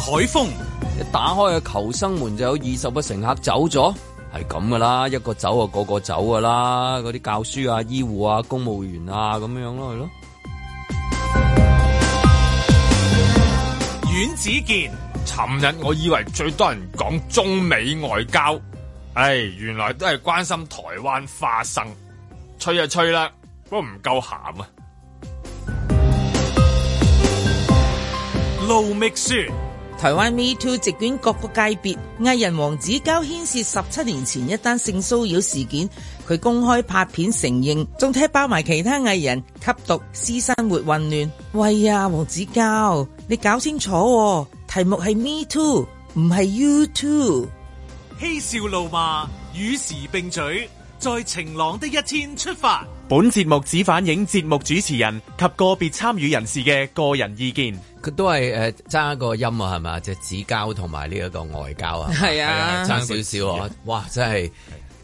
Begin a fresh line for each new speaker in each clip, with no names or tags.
海風。
一打開個求生門就有二十個乘客走咗，係咁噶啦，一個走啊，個個走噶啦，嗰啲教書啊、醫護啊、公務員啊咁樣咯，係咯。
阮子健，
尋日我以為最多人講中美外交，唉，原來都係關心台灣花生，吹就吹啦，不過唔夠鹹啊！
盧覓雪，
台灣 Me Too 席捲各個界別，藝人黃子佼牽涉十七年前一單性騷擾事件，佢公開拍片承認，仲踢爆埋其他藝人吸毒、私生活混亂。喂呀，黃子佼，你搞清楚喎，題目係 Me Too，唔係 You Too。
嬉笑怒罵，與時並舉，在晴朗的一天出發。
本節目只反映節目主持人及個別參與人士嘅個人意見。
佢都係誒爭一個音啊，係嘛？即係紙膠同埋呢一個外膠啊，
係啊
爭少少啊！哇，真係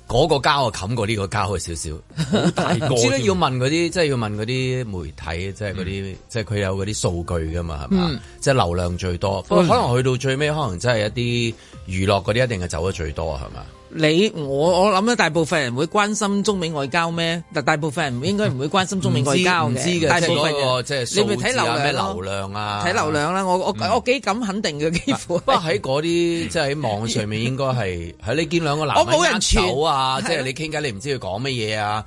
嗰個膠啊冚過呢個膠啊少少，好 大個。知咧要問嗰啲，即係要問嗰啲媒體，即係嗰
嗯
啲，即係佢有嗰啲數據噶嘛，係嘛？
嗯
即係流量最
嗯
多，不過可能去到最尾，可能真係一啲娛樂嗰啲一定係走得最多啊，係嘛？
你我我諗咧，大部分人會關心中美外交咩？但大部分人應該唔會關心中美外交
唔知
嘅，
嘅，
大
即係
部分
嗰個
人
即係
你咪
數
睇
字
流
啊，咩
量
流
咯，
量啊，
睇流。量啦。我我我幾敢肯定嘅，幾乎
不過喺嗰啲即係喺網上面應該係喺你見兩個男
我冇人
人手啊，即係你傾偈你唔知佢講乜嘢啊，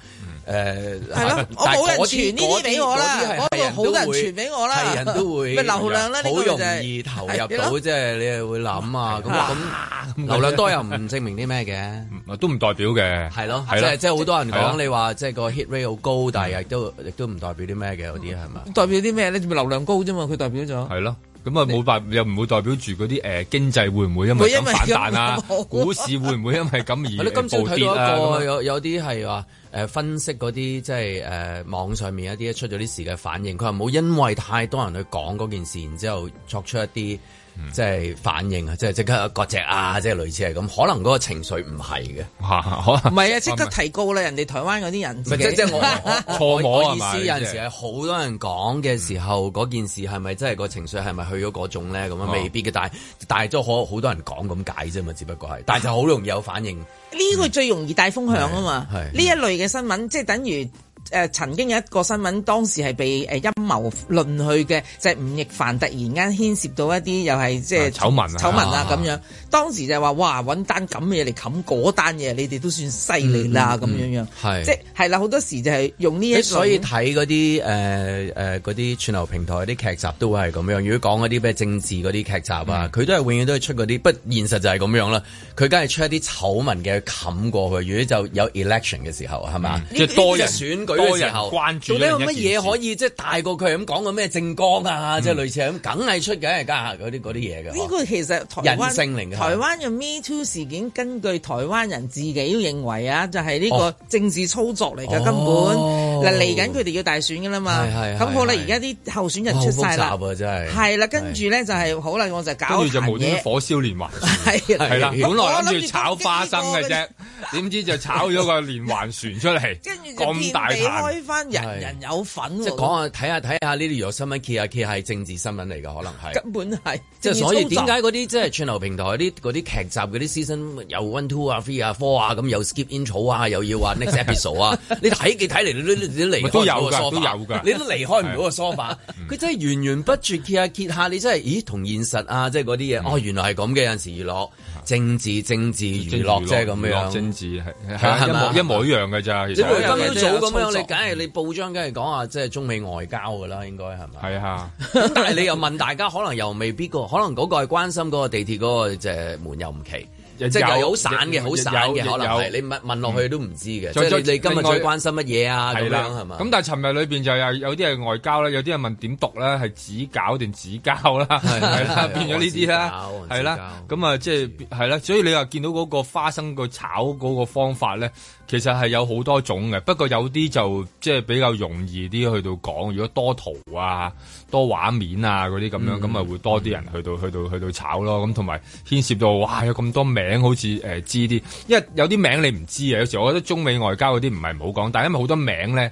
誒
係咯，我冇人傳呢啲俾我啦，嗰度好多人傳俾我啦，
係人都會
咪流量啦，呢
好
個就
容
係
易投入
係
到，
咯
即係你係會諗啊咁咁流量多又唔證明啲咩嘅。
嗯都唔代表嘅，
係咯，即
係
係
咯，
即係好多人
係
講
咯
你話即係個 hit rate 好高，但係亦都亦都唔代表啲咩嘅嗰啲係嘛？
代表啲咩咧？咪流量高啫嘛，佢代表咗。
係咯。咁啊，冇辦又唔會代表住嗰啲誒經濟會唔會因
會
為
因
咁
為
反彈
咁
啊
冇啊，
股市會唔會因為咁
我
而
哋今朝
暴跌
睇
啊？
到一個
咁啊
有有啲係話誒分析嗰啲即係誒網上面一啲出咗啲事嘅反應，佢話冇因為太多人去講嗰件事，然之後作出一啲
嗯
即係反應啊，即係即刻割席啊，即係類似係咁，可能嗰個情緒唔係嘅，
嚇可
唔
能
係啊， 即刻提告啦！人哋台灣嗰啲人
唔
自
係
己
即即係我 啊我我
錯摸
我意
係
思
咪
有陣
啊
時係好多人講嘅時候，嗰件事係咪真係個情緒係咪去咗嗰種咧？咁
哦
啊未必嘅，但係但係都可好多人講咁解啫嘛，只不過係，但係就好容易有反應。
呢個最容易帶風向啊嘛！
係係
呢一類嘅新聞，即係等於誒、呃曾經有一個新聞，當時係被誒陰謀論去嘅，就係、吳亦凡突然間牽涉到一啲又係即係
啊醜聞啊
醜聞啊
啊
咁樣。當時就話哇，揾單咁嘅嘢嚟冚嗰單嘢，你哋都算犀利
嗯
啦咁樣樣。
係
即係係啦，好多時就係用呢一
你
種
所以睇嗰啲誒誒嗰啲串流平台嗰啲劇集都會係咁樣。如果講嗰啲咩政治嗰啲劇集
嗯
啊，佢、都係永遠都係出嗰啲，不現實就係咁樣啦。佢梗係出一啲醜聞嘅冚過去。如果就有 election 嘅時候係嘛，
嗯
即係多人
選舉嘅
多
時
人
候，
關注
到底有
呢
乜
一件
嘢
事嗯
可以即係大過佢咁講個咩政綱啊，即係類似係咁，梗係出梗係加嗰啲嗰啲嘢嘅。
呢個其實
哦
台灣
人性嚟㗎
台灣嘅 Me Too 事件，根據台灣人自己都認為啊，就係、呢
哦
個政治操作嚟㗎，根
哦
本嗱嚟緊佢哋要大選㗎啦嘛
係係。
咁好啦，
係係
而家啲候選人
哇好
出
複
晒啦，
雜啊，真係。
係啦，跟住咧就係好啦，我就搞
跟住就
壇
無端
嘢
端，火燒連環船。
係啊
係啦，
係
本
我
來
我
諗住
住
炒花生嘅
攻擊呢
啫，點知就炒咗個連環船出嚟，
個 啫，跟住就遍
咁大
地
壇。
開翻，人
係
人有份喎，
即係講下睇下睇下呢啲娛樂新聞，揭下揭下係政治新聞嚟㗎，可能係。
根本係
即係所以點
政治操作
解嗰啲即係串流平台嗰啲嗰啲劇集嗰啲 season 有 one two 啊 three 啊 four 啊咁有 skip intro 啊又要話 next episode 啊，你睇嘅睇嚟你都你都離開
都有
唔到個
㗎
sofa，
都有㗎啊嗯
你都離開唔到個 sofa。佢真係源源不絕揭下揭下，你真係咦同現實啊即係嗰啲嘢哦原來係咁嘅有陣時娛樂政治政治娛樂即係咁
娛樂
樣
啊政。治係係
係係
一模
嘛
一模一樣嘅咋，其
即
實
係譬
有
如
嘢
今
都有
朝早咁
操
樣，
作
你梗係你報章梗係講下即係中美外交㗎啦，應該係咪？
係啊，
但係你又問大家，可能又未必個，可能嗰個係關心嗰個地鐵嗰個即係門又唔奇，即
有
係又好散嘅，
有
好散嘅，
有
可能係
有嗯
你問問落去都唔知嘅。即
再
係你
再
你今日
另外
最關心乜嘢啊？咁
係
樣
啦，
係嘛？
咁但係尋日裏邊就有有啲係外交啦，有啲人問點讀啦，係紙餃定紙膠啦，
係
係
係
啦，變咗呢啲 啦
紙，膠
係啦，咁啊即係係啦，所以你話見到嗰個花生個炒嗰個方法咧，其實係有好多種嘅，不過有啲就即係比較容易啲去到講，如果多圖啊、多畫面啊嗰啲咁
嗯
樣，咁咪會多啲人去到去到去到炒咯，咁同埋牽涉到哇有咁多名好似誒知啲，因為有啲名你唔知啊，有時我覺得中美外交嗰啲唔係唔好講，但係因為好多名咧。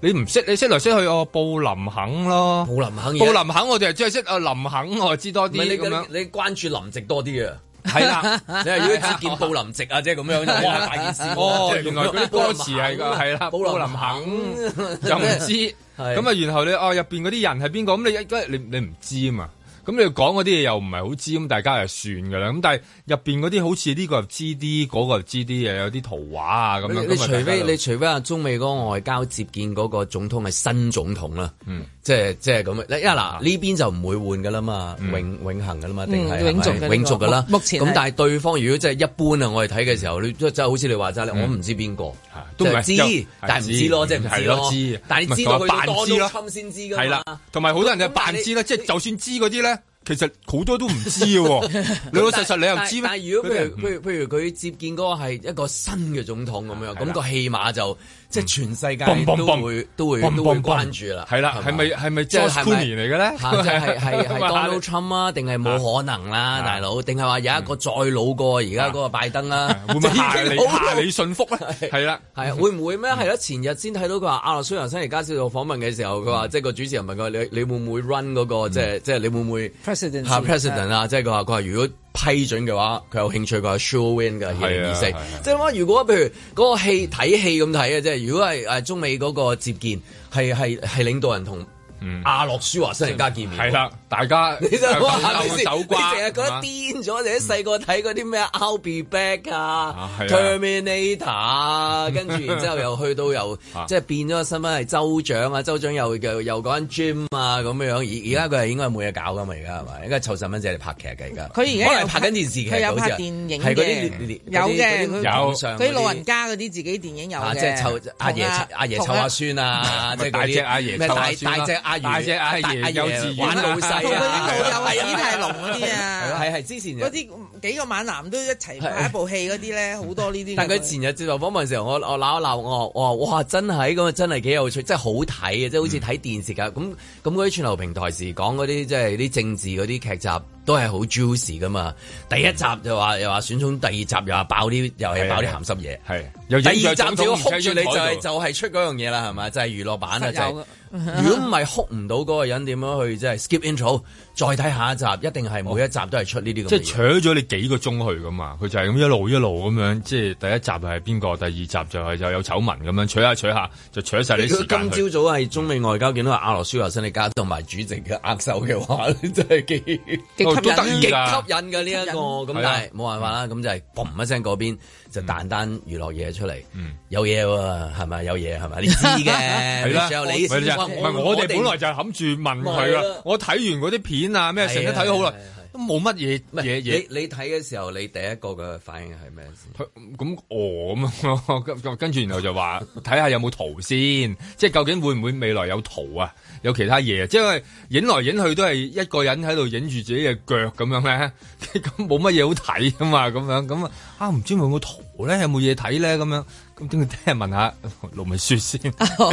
你唔識，你識嚟識去哦，布林肯咯，
布林肯而家
布林肯我哋就只係識啊林肯，我就知多
唔係
啲
你
咁樣，
你你關注林夕多啲啊！
係啦。
你係如果只見布林夕啊，即係咁樣， 哇大件事喎！
哦，
即係咁樣
原來 嗰啲歌詞係㗎，係啦，
布
布
林
林
Ừ.
肯
肯又唔知，
係
咁啊，然後你哦入邊嗰啲人係邊個？咁你一你你唔知啊嘛，咁你講嗰啲嘢又唔係好知，咁大家就算㗎啦。咁但係入邊嗰啲好似呢個又知啲，嗰個又知啲，又有啲圖畫啊咁
你
樣。
你
咁啊
除
大家
非
就
你除非啊，中美嗰個外交接見嗰個總統係新總統啦，嗯，即係即係咁，因為嗱
啊
呢邊就唔會換噶啦嘛，
嗯
永永恆噶啦嘛，定係
嗯永續嘅
係
呢個
咪永續噶啦。
目目前係
咁，但係對方如果即係一般啊，我哋睇嘅時候，你即係即係好似你話齋，我唔知邊個，
嗯都唔係
即係
又
知，但係唔知咯，
係
即係唔知
係
咯，
咯知
但係你知
咪
道
同
佢
埋扮知
到
咯
多侵先知噶嘛，
係啦，同埋好多人就扮知啦，
咁但係你
即係就算知嗰啲咧，其實好多都唔知嘅 喎。老老實實你又知咩？
但係如果
嗰啲
譬如
人
譬如譬如佢接見嗰個係一個新嘅總統咁樣，
係啦
咁
嗯
個戲碼就即係全世界
嘣嘣
都
嘣
會都會
嘣
都會
嘣嘣
關注啦。
係啦，係咪係咪 j o s
係
c o
咪
n 嚟嘅咧？
嚇即係係 係 Donald Trump 啊，定係冇可能啦，
啊
大佬，定係話有一個再老過而家嗰個拜登啦，
啊會唔會下
即係已
你
經好
下你信福咧？係啦，
係啊，會唔會咩？係咯，前日先睇到佢話啊阿諾舒華辛而家接受訪問嘅時候，佢話
嗯
即係個主持人問佢：你你會唔會 run 嗰個即係即係你會唔會
President
嚇 president 啊？即係佢話佢話如果批准嘅話，佢有興趣佢話 sure win 㗎二零二四
係啊係啊。
即係話如果譬如嗰個戲睇戲咁睇嘅即係如果係誒中美嗰個接見係係係領導人同阿諾舒華辛而家見面
嗯
喎。
係啦，大家
你就話係咪
鬥
先？你
手瓜，
淨係覺得
係嘛
癲咗，你啲細個睇嗰啲咩《I'll Be Back》啊，《
係啊
Terminator》啊，跟住然之後又去到又
啊
即係變咗個身份係州長啊，州長又又又講緊 gym 啊咁樣。而而家佢係應該冇嘢搞噶嘛，而家係咪？而家湊細蚊仔嚟拍劇嘅而家。
佢而家
可能係
有
拍緊電視劇，
佢有
好似啊
拍電影
係嗰
嘅
啲列
有
嗰啲
嘅佢
網上嗰啲
佢老人家嗰啲自己電影有
啊，
嘅，
即係湊阿爺湊阿爺
同
湊阿 孫啊，即係嗰
大
啲
隻阿爺湊
咩大
阿孫啦
大隻阿爺，
大隻阿爺
大
幼稚園啊
玩老細啊，
同嗰啲老
係
友啊，
啊
史泰龍嗰啲啊，
係係之前
嗰啲幾個猛男都一齊拍一部戲嗰啲咧，好多呢啲嘅。
但佢前日接受訪問嘅時候，我我鬧一鬧我，我話哇真係咁啊，真係幾有趣，真係好睇啊嘅，即係好
嗯
似睇電視㗎。咁咁嗰啲串流平台時講嗰啲即係啲政治嗰啲劇集都係好 juicy 噶嘛。第一集就話又話選中，第二集又話爆啲又係爆啲鹹濕嘢。
係又
第
影
二集
咗總
就要
統
哭住你就
喺張
係
台度
就係出嗰樣嘢啦，係咪？就係娛樂版啊，就
實有
係
嘅。
如 果唔係哭唔到嗰個人點樣去即係 skip intro，再睇下一集，一定係每一集都係出呢啲咁
即
嘅
係
嘢。
扯咗你幾個鐘去噶嘛，佢就係咁一路一路咁樣，即係第一集係邊個，第二集就係就有醜聞咁樣，扯下扯下就扯晒你
如
啲
果
時
今
間去。
朝早係中美外交見到阿羅舒華辛利加同埋主席嘅握手嘅話， 真係幾
極
哦都
吸
得
引
意
極吸引
㗎
嘅呢一個。咁
係啊
但係冇辦法啦，咁就係嘣一聲嗰邊就彈單娛樂嘢出嚟，
嗯
有嘢喎，係咪有嘢係咪？你知 嘅，
係啦，
有
咪
你
就係
哇
唔係我哋本來就係冚住問佢
係啦
啦。我睇完嗰啲片啊，咩成日睇好
係啊係啊係
耐
啊，
都冇乜嘢
唔係
嘢嘢。
你你睇嘅時候，你第一個嘅反應係咩先？
佢咁我咁樣，跟跟跟住然後就話 睇下有冇圖先，即係究竟會唔會未來有圖啊？有其他嘢，即係影來影去都係一個人喺度影住自己嘅腳咁樣咧， 咁冇乜嘢好睇噶嘛，咁樣咁啊啊唔知有冇圖咧，有冇嘢睇咧咁樣，咁等佢聽日問下盧明雪 先，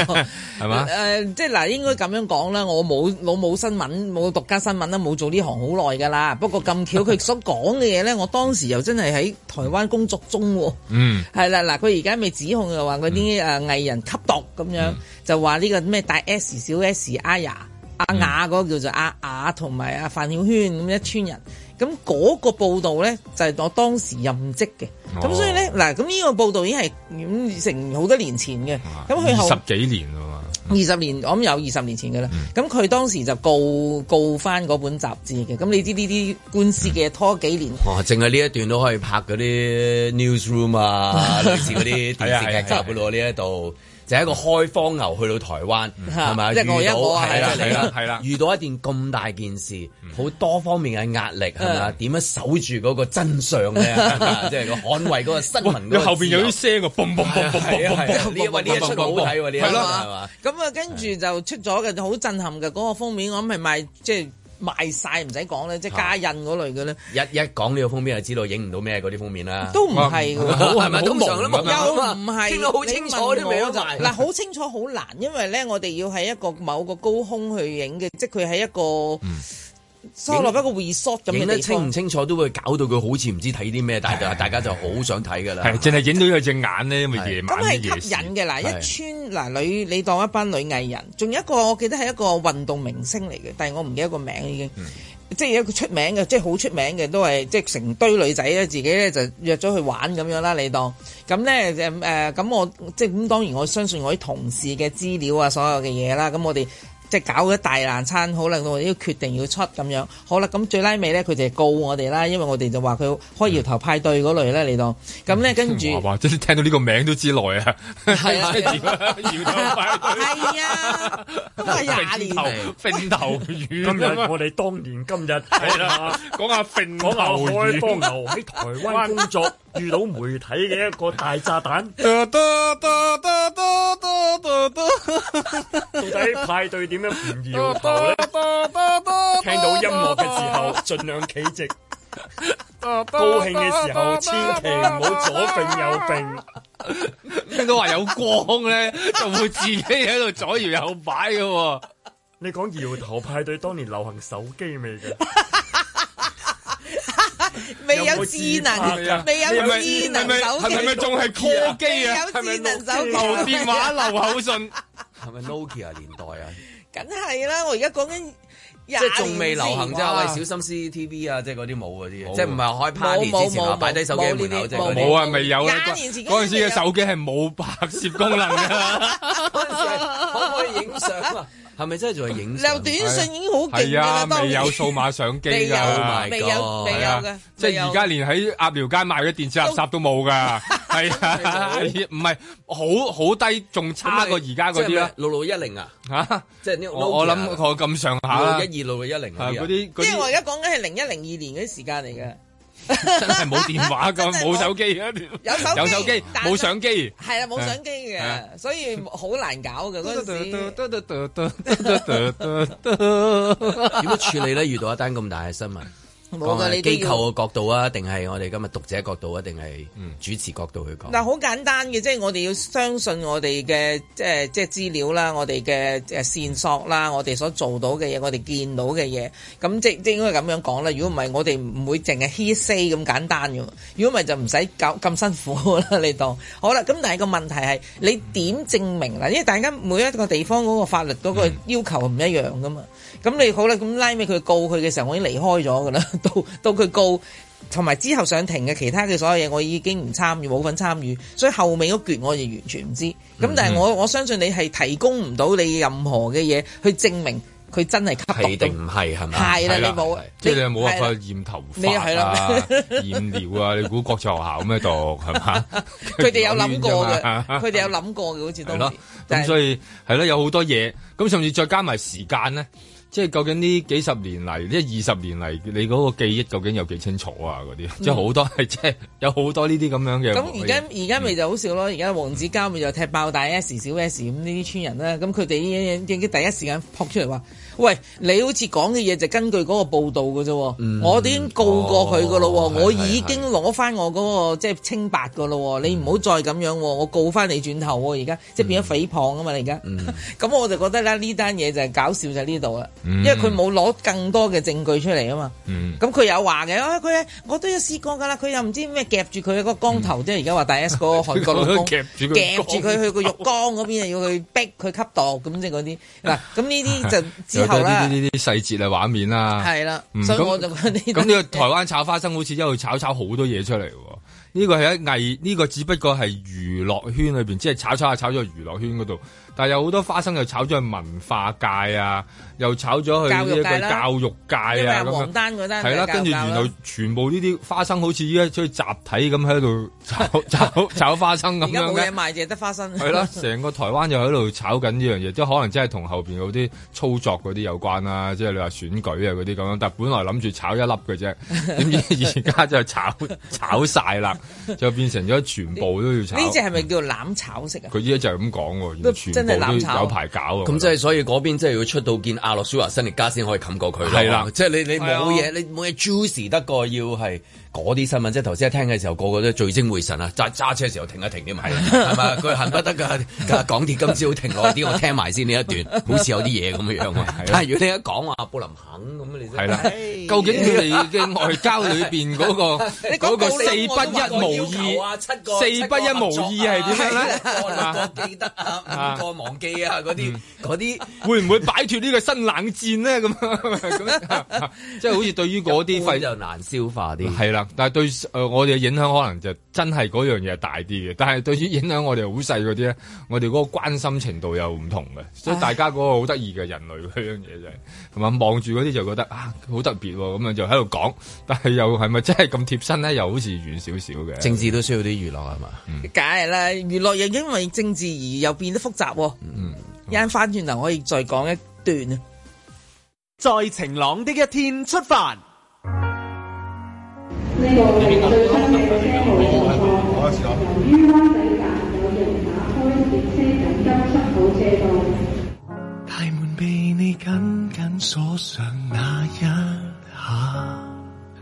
係嘛
誒、？即係嗱，應該咁樣講啦。我冇我冇新聞，冇獨家新聞啦，冇做呢行好耐㗎啦。不過咁巧，佢所講嘅嘢咧，我當時又真係喺台灣工作中喎。
嗯，
係啦，嗱，佢而家咪指控又話嗰啲誒藝人吸毒咁樣，就話呢個咩大 S 小 S 阿雅阿雅嗰個叫做阿雅同埋阿范曉萱咁一村人，咁嗰個報導咧就係我當時任職嘅，咁、
哦
所以咧嗱，咁呢個報導已經係咁成好多年前嘅，咁佢後
二十幾年啊嘛，
啊二十嗯年，我諗有二十年前嘅啦。咁佢、當時就告告翻嗰本雜誌嘅。咁你知呢啲官司嘅拖幾年，
哇！哦淨係呢一段都可以拍嗰啲 newsroom 啊，類似嗰啲電視劇集嘅咯。呢一度就係一個開荒牛去到台灣，
嗯
係咪？
即係我
遇到
一我啊
係啦
係啦
係啦
係啦嗯
遇到一件咁大件事，好多方面嘅壓力係咪？點樣守住嗰個真 相咧？係咪即係個捍衞嗰個新聞嗰個
哇後邊有啲
自
聲喎，嘣嘣嘣嘣
由。
嘣
係啊係啊
嘣
呢一喂呢一出好睇喎，呢一出
係咯
係嘛？
咁啊跟住就出咗嘅，好震撼嘅嗰、個封面，我諗係賣即係賣晒，唔使講啦，即係加印嗰類嘅咧，
一一講呢個封面就知道影唔到咩嗰啲封面啦。
都唔係嘅。
好
係咪通常
好
都冇啊
朦咁樣
又唔係
傾得好清楚啲名就係
嗱，好清楚好難，因為咧我哋要喺一個某個高空去影嘅，即係佢喺一個。疏落一個 resort 咁
影
嘅
得
地
清唔
方。
清楚都會搞到佢好似唔知睇啲咩，但係大家就好想睇㗎啦。
係淨係影到佢隻眼咧，因為
係
夜晚
咁
啲夜
係吸
市。
引嘅嗱，一
係
村嗱女，你當一班女藝人，仲有一個我記得係一個運動明星嚟嘅，但係我唔記得個名已經，即係一個出名嘅，即係好出名嘅，都係即係成堆女仔咧，自己咧就約咗去玩咁樣啦，你當咁咧就誒咁我即係咁當然我相信我啲同事嘅資料啊，所有嘅嘢啦，咁我哋。即係搞咗大難餐，好啦，我哋都決定要出咁樣，好啦，咁最拉尾咧，佢就告我哋啦，因為我哋就話佢開搖頭派對嗰類咧，你當咁咧，跟住
哇哇！真係聽到呢個名都知耐啊，
係啊
搖搖頭擺
係啊，都話廿年
頭揈頭
今日
魚，
我哋當年今日係啦，
講下揈
講下
頭
開
魚。
荒牛喺台灣工作遇到媒體嘅一個大炸彈，到底派對點樣唔搖頭咧？聽到音樂嘅時候，盡量企直；高興嘅時候，千祈唔好左揈右揈。
聽到話有光咧，就會自己喺度左搖右擺嘅喎。
你講搖頭派對當年流行手機未嘅？
未有智能，未有
啊係咪
智
係
能
咪
手
係咪
機，
仲 係 call 機啊？係咪
未有
留
智能 手機，
電話留口信？
係咪 Nokia 年代啊？
梗係啦！我而家講緊 廿
即係仲未流行啫，
年前
喂， 小。心 CCTV 啊，即係嗰啲冇嗰
冇
啲嘢，即係唔係開 party 之前啊話擺低手機喺門口，即係嗰啲
冇啊，未有咧。
廿年前
嗰陣時嘅手機係冇拍攝功能㗎。
嗰陣時係可唔可以影相啊？係咪真係仲係影
你
相
有？短信已經好勁㗎
係啊
啦，，當
未
年
有數碼相機
未有
Oh
㗎
my。
未有
God，
未有
係啊
嘅，
即係而家連喺鴨寮街賣嘅電子垃圾都冇㗎。 係啊，唔係好好低，仲差啊過而家嗰啲啦。
即係咩六六一零啊，
嚇！
即係呢個
我我諗我咁上下啦。
六一二六六一零
啊
嗰
嗰
啲
啲
即
嗰
係我而
啲
家講緊係零一零二年嗰啲時間嚟嘅，
真係冇電話
真
㗎，
係冇
冇手機啊嘅，
有手機
有手機，
但係
冇相機。
係啦，冇相機嘅，所以好難搞嘅嗰陣時。
點樣處理咧？遇到一單咁大嘅新聞，
冇
講
㗎，
下
你都
機
要。
構嘅角度啊，定係我哋今日讀者角度啊，定係
嗯
主持角度去講？
嗱，好簡單嘅，即係我哋要相信我哋嘅即係即係資料啦，我哋嘅誒線索啦，我哋所做到嘅嘢，我哋見到嘅嘢，咁即即應該咁樣講啦。如果唔係，我哋唔會淨係 hearsay 咁簡單嘅嘛。如果唔係就唔使搞咁辛苦啦。你當好啦，咁但係個問題係你點證明嗱？因為大家每一個地方嗰個法律嗰個要求係唔一樣噶嘛。咁你好啦，咁拉尾佢告佢嘅時候，我已經離開咗㗎啦。到到佢告。同埋之後上庭嘅其他嘅所有嘢，我已經唔參與，冇份參與，所以後尾嗰橛我就完全唔知。
嗯
咁但係我我相信你係提供唔到你任何嘅嘢去證明佢真係吸
係
毒
定。唔係係咪？
係啦，
係
你
啦
冇，
即係你冇辦法
係啦
驗頭
你又係
髮啊
啦、
驗尿啊！你估國際學校咩讀係 嘛？
佢哋有諗過嘅，
係
佢哋有諗過嘅，好似
啊係
當
咯
時。，但
咁
係
所以係咯，有好多嘢，咁甚至再加埋時間咧，即係究竟呢幾十年嚟，即係二十年嚟，你嗰個記憶究竟有幾清楚啊？嗰啲即係好多 係即係有好多呢啲咁樣嘅。
嗯咁而家而家咪
嗯
就好少咯，而家黃子佼咪就踢爆大 S 小 S 咁呢啲村人啦，咁佢哋已經第一時間撲出嚟話：，喂，你好似講嘅嘢就根據嗰個報道嘅啫喎，我哋已經告過佢嘅咯
嗯哦
喎，我
係係嗯
已經攞翻我嗰個即係清白嘅咯喎，你唔好再咁樣喎，我告翻你轉頭喎，而家即係變咗誹謗啊嘛，你而家，
嗯
咁我就覺得咧呢單嘢就係搞笑就係呢度啦，
嗯
因為佢冇攞更多嘅證據出嚟啊嘛。
嗯，
咁佢有話嘅，啊佢我都有試過㗎啦，佢又唔知咩夾住佢個光頭，即係而家話大 S 嗰個韓國老公
夾住佢
夾住佢去個浴缸嗰邊，要去逼佢吸毒咁即係嗰啲嗱，咁呢 啲就之
有
後
多呢
啦
啲，呢啲細節啊畫面啦，
係啦
嗯，
所以
咁
我就覺得
咁呢個台
單嘢
灣炒花生好似一路炒炒好多嘢出嚟喎。呢個係一藝，呢、個只不過係娛樂圈裏邊，即係炒炒下炒咗去娛樂圈嗰度。但係有好多花生又炒咗去文化界啊，又炒咗去
教
呢
育界
一個
啦
教育界
因為
啊
阿
咁樣
黃。丹嗰單
係啦，
就係
跟住
教教
然
啦
後全部呢啲花生好似依家出去集體咁喺度炒 炒炒花生咁
而家
樣
冇
嘅。
嘢賣，淨 係得花 生。
係啦，成個台灣又喺度炒緊呢樣嘢，即係可能真係同後邊嗰啲操作嗰啲有關啦，即係你話選舉 啊嗰啲咁樣，但本來諗住炒一粒嘅啫，點知而家就炒炒晒啦，就變成咗全部都要炒。
呢只係咪叫攬炒式啊？
佢依家就係咁講喎，原
都
來全
真係
部
攬
都
炒
有排搞啊！
咁即係所以嗰邊即係要出到見阿洛舒華辛力加先可以冚過佢咯。
係啦
即係你你
係啊
冇嘢，你冇嘢 juicy 得過要係嗰啲新聞。即係頭先一聽嘅時候，個個都聚精會神啊，揸揸車時候停一停添， 係啊係咪？佢恨不得㗎，港鐵今朝停耐啲，我聽埋先呢一 段，好似有啲嘢咁樣啊。但係如果你一講話布林肯咁，你真
係啦，究竟佢哋嘅外交裏邊嗰個
你講
嗰個
道
四不
理
個
一無
要求啊
二，
七個
四
七個
不一無
合作啊
二係點樣咧
係啦
啊
六個記得啊，五個忘記啊，嗰啲嗰啲。
嗯會唔會擺脱呢個新冷戰咧？咁啊咁即係好似對於嗰啲廢
就難消化啲。
係啦，但係對誒、呃我哋嘅影響可能就真係嗰樣嘢大啲嘅，但係對於影響我哋好細嗰啲咧，我哋嗰個關心程度又唔同嘅，所以大家嗰個好得意嘅人類嗰樣嘢就係、同埋望住嗰啲就覺得啊好特別喎、咁樣就喺度講，但係又係咪真係咁貼身咧？又好似遠少少嘅。
政治都需要啲娛樂係嘛？
嗯
梗係啦，娛樂又因為政治而又變得複雜喎。一陣翻轉頭可以再講一段啊。
在晴朗的一天出發。
呢個對香嘅車號情況，由於灣仔站有人打開列車緊急出口車道。
大門被你緊緊鎖上那一下。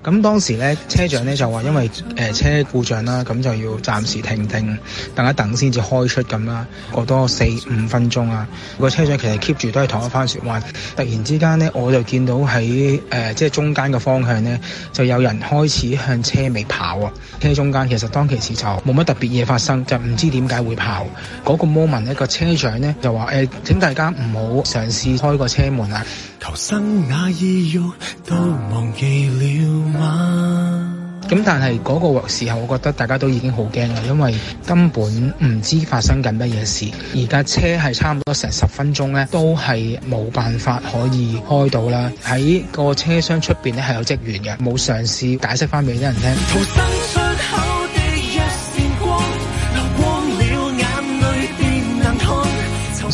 咁當時咧，車長咧就話因為誒、呃、車故障啦，咁就要暫時停定，等一等先至開出咁啦，過多四五分鐘啊。個車長其實 keep 住都係同一番説話。突然之間咧，我就見到喺誒、呃即係中間嘅方向咧，就有人開始向車尾跑啊。車中間其實當其時就冇乜特別嘢發生，就唔知點解會跑。嗰、個 moment 咧，個車長咧就話誒、呃請大家唔好嘗試開個車門啊。
求生那意欲都忘記了嗎？
咁但係嗰個時候，我覺得大家都已經好驚啦，因為根本唔知發生緊乜嘢事。而架車係差唔多成十分鐘呢，都係冇辦法可以開到啦。喺個車廂出邊呢，係有職員嘅，冇嘗試解釋翻俾啲人聽。
逃生窗口的一線光，流光了眼淚便能看。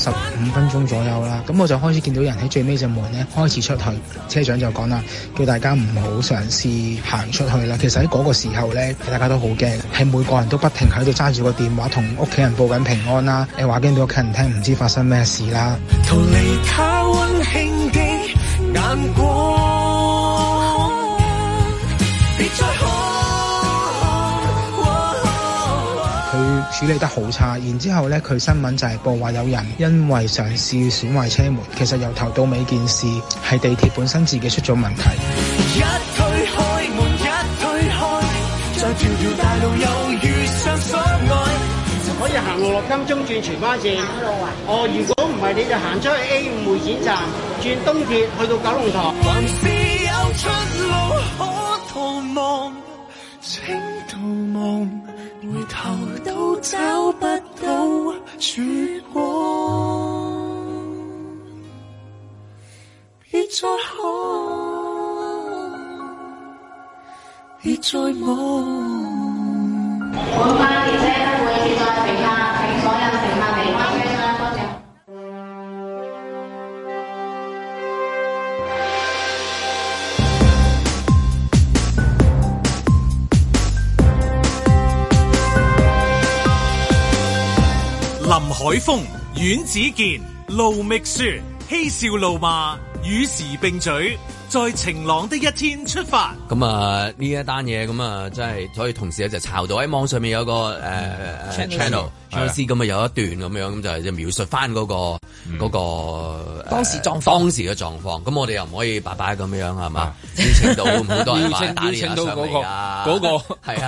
十五分鐘左右啦，咁我就開始見到人喺最尾隻門咧開始出去，車長就講啦，叫大家唔好嘗試行出去啦。其實喺嗰個時候咧，大家都好驚，係每個人都不停喺度揸住個電話同屋企人報緊平安啦，誒話驚俾屋企人聽唔知發生咩事啦。
逃離他溫馨的眼光，別再看。
佢處理得好差，然之後呢，佢新聞就係報話有人因為嘗試損壞車門，其實由頭到尾件事係地鐵本身自己出咗問題。
一推開門，一推開，在條條大路又遇上所愛。
可以行路落金鐘轉荃灣線。哦，如果唔係你就行出去 A 五會展站，轉東鐵去到九龍塘。
還是有出路可逃亡，請逃亡，回頭都找不到曙光，別再看，別再望。
本班列車不會接載乘客，請所有乘客離開車廂，多謝。
林海峰、阮子健、盧覓雪，嬉笑怒罵，與時並舉，在晴朗的一天出發。
咁啊呢一單嘢咁啊真係，所以同時咧就抄到喺網上面有個誒誒
Channel
channel channel
係啊
C 咁啊有一段咁樣咁就係描述翻嗰個
嗯
嗰個誒
當時狀況
當時嘅狀況。咁我哋又唔可以白白咁樣係嘛？邀請到會唔會好多 人話哎
邀請啊邀請
打電話
到
上
嗰
嚟啊？
個嗰個
係啊